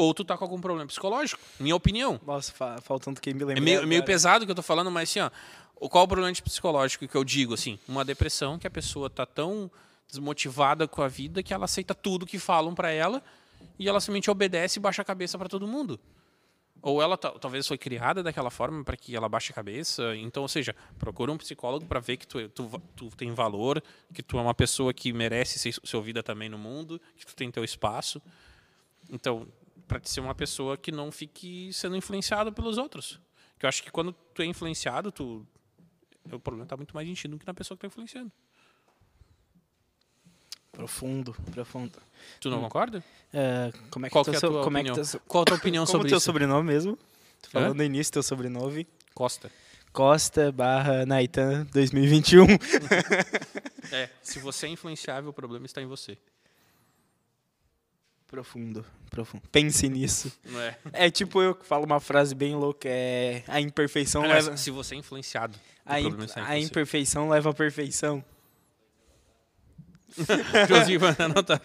[SPEAKER 1] ou tu tá com algum problema psicológico, minha opinião.
[SPEAKER 2] Nossa, fa- faltando quem me
[SPEAKER 1] É
[SPEAKER 2] lembra.
[SPEAKER 1] meio, é meio pesado o que eu tô falando, mas assim, ó, o- qual o problema de psicológico que eu digo, assim, uma depressão que a pessoa tá tão desmotivada com a vida que ela aceita tudo que falam para ela e ela simplesmente obedece e baixa a cabeça para todo mundo. Ou ela ta- talvez foi criada daquela forma para que ela baixe a cabeça. Então, ou seja, procura um psicólogo para ver que tu, é- tu, va- tu tem valor, que tu é uma pessoa que merece ser, ser ouvida também no mundo, que tu tem teu espaço. Então, para ser uma pessoa que não fique sendo influenciado pelos outros. Que eu acho que quando tu é influenciado, tu o problema tá muito mais em ti do que na pessoa que tá influenciando.
[SPEAKER 2] Profundo, profundo.
[SPEAKER 1] Tu não concorda?
[SPEAKER 2] É, como é que
[SPEAKER 1] Qual
[SPEAKER 2] teu
[SPEAKER 1] que é a
[SPEAKER 2] so-
[SPEAKER 1] tua
[SPEAKER 2] como é que
[SPEAKER 1] opinião?
[SPEAKER 2] teu so-
[SPEAKER 1] Qual a tua opinião
[SPEAKER 2] como é
[SPEAKER 1] sobre
[SPEAKER 2] teu
[SPEAKER 1] isso?
[SPEAKER 2] sobrenome mesmo? Tu
[SPEAKER 1] Hã?
[SPEAKER 2] falou no início teu sobrenome.
[SPEAKER 1] Costa.
[SPEAKER 2] Costa barra Naitan 2021.
[SPEAKER 1] É, se você é influenciável, o problema está em você.
[SPEAKER 2] profundo, profundo. Pense nisso.
[SPEAKER 1] Não é?
[SPEAKER 2] É tipo eu que falo uma frase bem louca, é a imperfeição
[SPEAKER 1] Aliás,
[SPEAKER 2] leva
[SPEAKER 1] se você é influenciado,
[SPEAKER 2] a,
[SPEAKER 1] o
[SPEAKER 2] im-
[SPEAKER 1] problema está
[SPEAKER 2] a
[SPEAKER 1] em você.
[SPEAKER 2] imperfeição leva à perfeição.
[SPEAKER 1] [laughs]
[SPEAKER 2] [laughs]
[SPEAKER 1] Inclusive, vai anotar.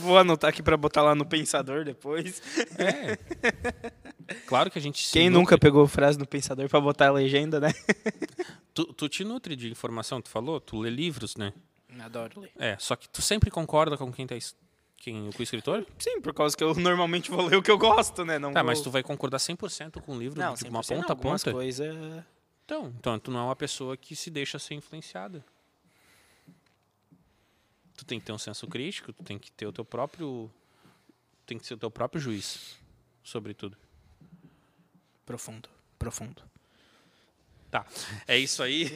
[SPEAKER 2] Vou anotar aqui pra botar lá no pensador depois.
[SPEAKER 1] É. [laughs] Claro que a gente se
[SPEAKER 2] É. Quem
[SPEAKER 1] nutre.
[SPEAKER 2] nunca pegou frase no pensador pra botar a legenda, né?
[SPEAKER 1] Tu, tu te nutre de informação, tu falou, tu lê livros, né?
[SPEAKER 2] Adoro ler.
[SPEAKER 1] É, só que tu sempre concorda com quem tá es- quem, com o escritor?
[SPEAKER 2] Sim, por causa que eu normalmente vou ler o que eu gosto, né? Não
[SPEAKER 1] Tá,
[SPEAKER 2] vou...
[SPEAKER 1] mas tu vai concordar 100% com o livro,
[SPEAKER 2] Não,
[SPEAKER 1] de
[SPEAKER 2] sem
[SPEAKER 1] uma ponta a
[SPEAKER 2] algumas
[SPEAKER 1] ponta?
[SPEAKER 2] coisa...
[SPEAKER 1] Então, então, tu não é uma pessoa que se deixa ser influenciada. tu tem que ter um senso crítico, tu tem que ter o teu próprio. Tem que ser o teu próprio juiz, sobretudo.
[SPEAKER 2] Profundo, profundo.
[SPEAKER 1] Tá, é isso aí.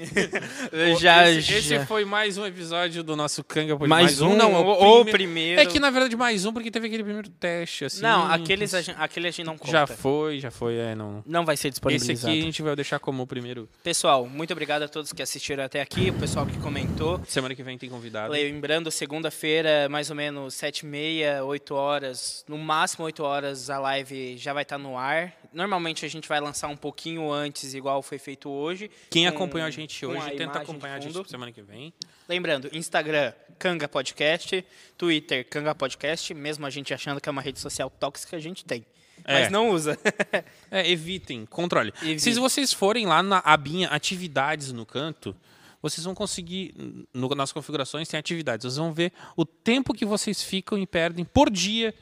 [SPEAKER 2] [laughs] já,
[SPEAKER 1] esse, esse
[SPEAKER 2] já.
[SPEAKER 1] foi mais um episódio do nosso Canga Podcast.
[SPEAKER 2] Mais, um,
[SPEAKER 1] não, é
[SPEAKER 2] ou,
[SPEAKER 1] o
[SPEAKER 2] ou o
[SPEAKER 1] primeiro.
[SPEAKER 2] primeiro.
[SPEAKER 1] É que na verdade mais um, porque teve aquele primeiro teste, assim.
[SPEAKER 2] não, aqueles a gente, aquele a gente não conta.
[SPEAKER 1] Já foi, já foi, é, não.
[SPEAKER 2] Não vai ser
[SPEAKER 1] Esse aqui
[SPEAKER 2] disponibilizado.
[SPEAKER 1] a gente vai deixar como o primeiro.
[SPEAKER 2] Pessoal, muito obrigado a todos que assistiram até aqui, o pessoal que comentou.
[SPEAKER 1] Semana que vem tem convidado.
[SPEAKER 2] Lembrando, segunda-feira, mais ou menos 7 e meia, 8 horas, no máximo 8 horas, a live já vai estar no ar. Normalmente a gente vai lançar um pouquinho antes, igual foi feito hoje.
[SPEAKER 1] Quem
[SPEAKER 2] com-
[SPEAKER 1] acompanhou a gente
[SPEAKER 2] com
[SPEAKER 1] hoje,
[SPEAKER 2] a
[SPEAKER 1] tenta
[SPEAKER 2] imagem de
[SPEAKER 1] acompanhar a
[SPEAKER 2] fundo.
[SPEAKER 1] gente semana que vem.
[SPEAKER 2] Lembrando, Instagram, Canga Podcast, Twitter, Canga Podcast, mesmo a gente achando que é uma rede social tóxica, a gente tem.
[SPEAKER 1] É.
[SPEAKER 2] Mas não usa. [laughs]
[SPEAKER 1] É, evitem, controle. Se
[SPEAKER 2] Evitem.
[SPEAKER 1] vocês forem lá na abinha atividades no canto, vocês vão conseguir, no- nas configurações tem atividades, vocês vão ver o tempo que vocês ficam e perdem por dia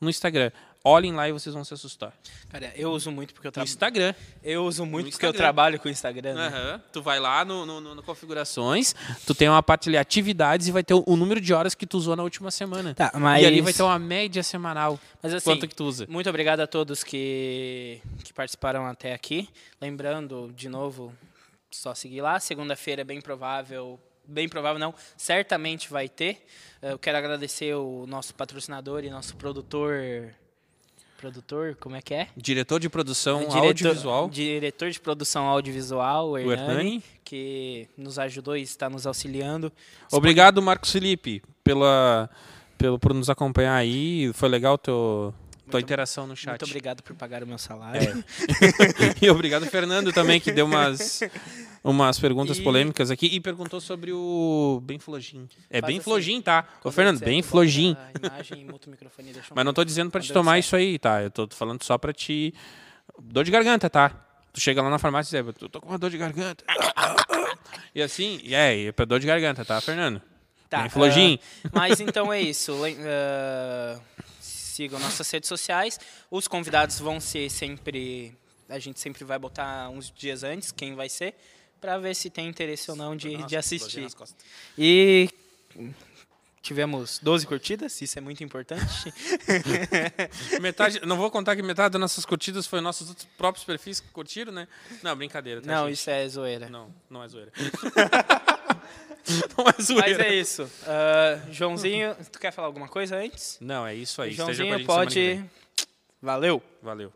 [SPEAKER 1] no Instagram. Olhem lá e vocês vão se assustar.
[SPEAKER 2] Cara, eu uso muito porque eu
[SPEAKER 1] No
[SPEAKER 2] trabalho.
[SPEAKER 1] Instagram.
[SPEAKER 2] Eu uso muito
[SPEAKER 1] no
[SPEAKER 2] porque eu
[SPEAKER 1] Instagram.
[SPEAKER 2] trabalho com o Instagram. né?
[SPEAKER 1] Aham. Tu vai lá no, no- no- no configurações, tu tem uma parte ali, atividades, e vai ter o, o número de horas que tu usou na última semana.
[SPEAKER 2] Tá, mas.
[SPEAKER 1] E ali vai ter uma média semanal.
[SPEAKER 2] Mas assim,
[SPEAKER 1] quanto que tu usa?
[SPEAKER 2] Muito obrigado a todos que, que participaram até aqui. Lembrando, de novo, só seguir lá. Segunda-feira é bem provável. Bem provável, não. Certamente vai ter. Eh, Eu quero agradecer o nosso patrocinador e nosso produtor. Produtor, como é que é?
[SPEAKER 1] Diretor de produção
[SPEAKER 2] Diretor-
[SPEAKER 1] Um audiovisual,
[SPEAKER 2] Diretor de produção audiovisual, o
[SPEAKER 1] o
[SPEAKER 2] Hernani,
[SPEAKER 1] Hernani.
[SPEAKER 2] que nos ajudou e está nos auxiliando.
[SPEAKER 1] Obrigado, Marcos Felipe, pela, pelo, por nos acompanhar aí. Foi legal teu, tua interação no chat. É.
[SPEAKER 2] Muito obrigado por pagar o meu salário.
[SPEAKER 1] [laughs] e obrigado, Fernando, também, que deu umas, umas perguntas
[SPEAKER 2] E-
[SPEAKER 1] polêmicas aqui. E perguntou sobre o Bem Flojin. É
[SPEAKER 2] Faz
[SPEAKER 1] Bem
[SPEAKER 2] assim,
[SPEAKER 1] Flojin, tá? Ô,
[SPEAKER 2] Quando
[SPEAKER 1] Fernando,
[SPEAKER 2] [laughs] disser,
[SPEAKER 1] Bem
[SPEAKER 2] tu bota
[SPEAKER 1] Flojin.
[SPEAKER 2] a imagem e muta o microfone e deixa um
[SPEAKER 1] Mas não tô dizendo pra te
[SPEAKER 2] Quando eu
[SPEAKER 1] tomar
[SPEAKER 2] disser.
[SPEAKER 1] isso aí, tá? Eu tô falando só pra te... Dor de garganta, tá? Tu chega lá na farmácia e diz, "É, eu tô com uma dor de garganta. e assim, e é, é pra dor de garganta, tá, Fernando? Bem Flojin.
[SPEAKER 2] ah, mas então é isso. Lem- ah, sigam nossas redes sociais. Os convidados vão ser sempre. A gente sempre vai botar uns dias antes quem vai ser, pra ver se tem interesse ou não de, de assistir. E tivemos 12 curtidas, isso é muito importante.
[SPEAKER 1] Metade, não vou contar que metade das nossas curtidas foi nossos outros próprios perfis que curtiram, né? Não, brincadeira. Tá,
[SPEAKER 2] Não,
[SPEAKER 1] gente?
[SPEAKER 2] isso é zoeira.
[SPEAKER 1] Não, não é zoeira. [laughs] não é zoeira.
[SPEAKER 2] Mas é isso. Ah, Joãozinho, tu quer falar alguma coisa antes?
[SPEAKER 1] Não, é isso aí. Esteja com a
[SPEAKER 2] Joãozinho
[SPEAKER 1] gente semana que
[SPEAKER 2] pode. Valeu!
[SPEAKER 1] vem. Valeu.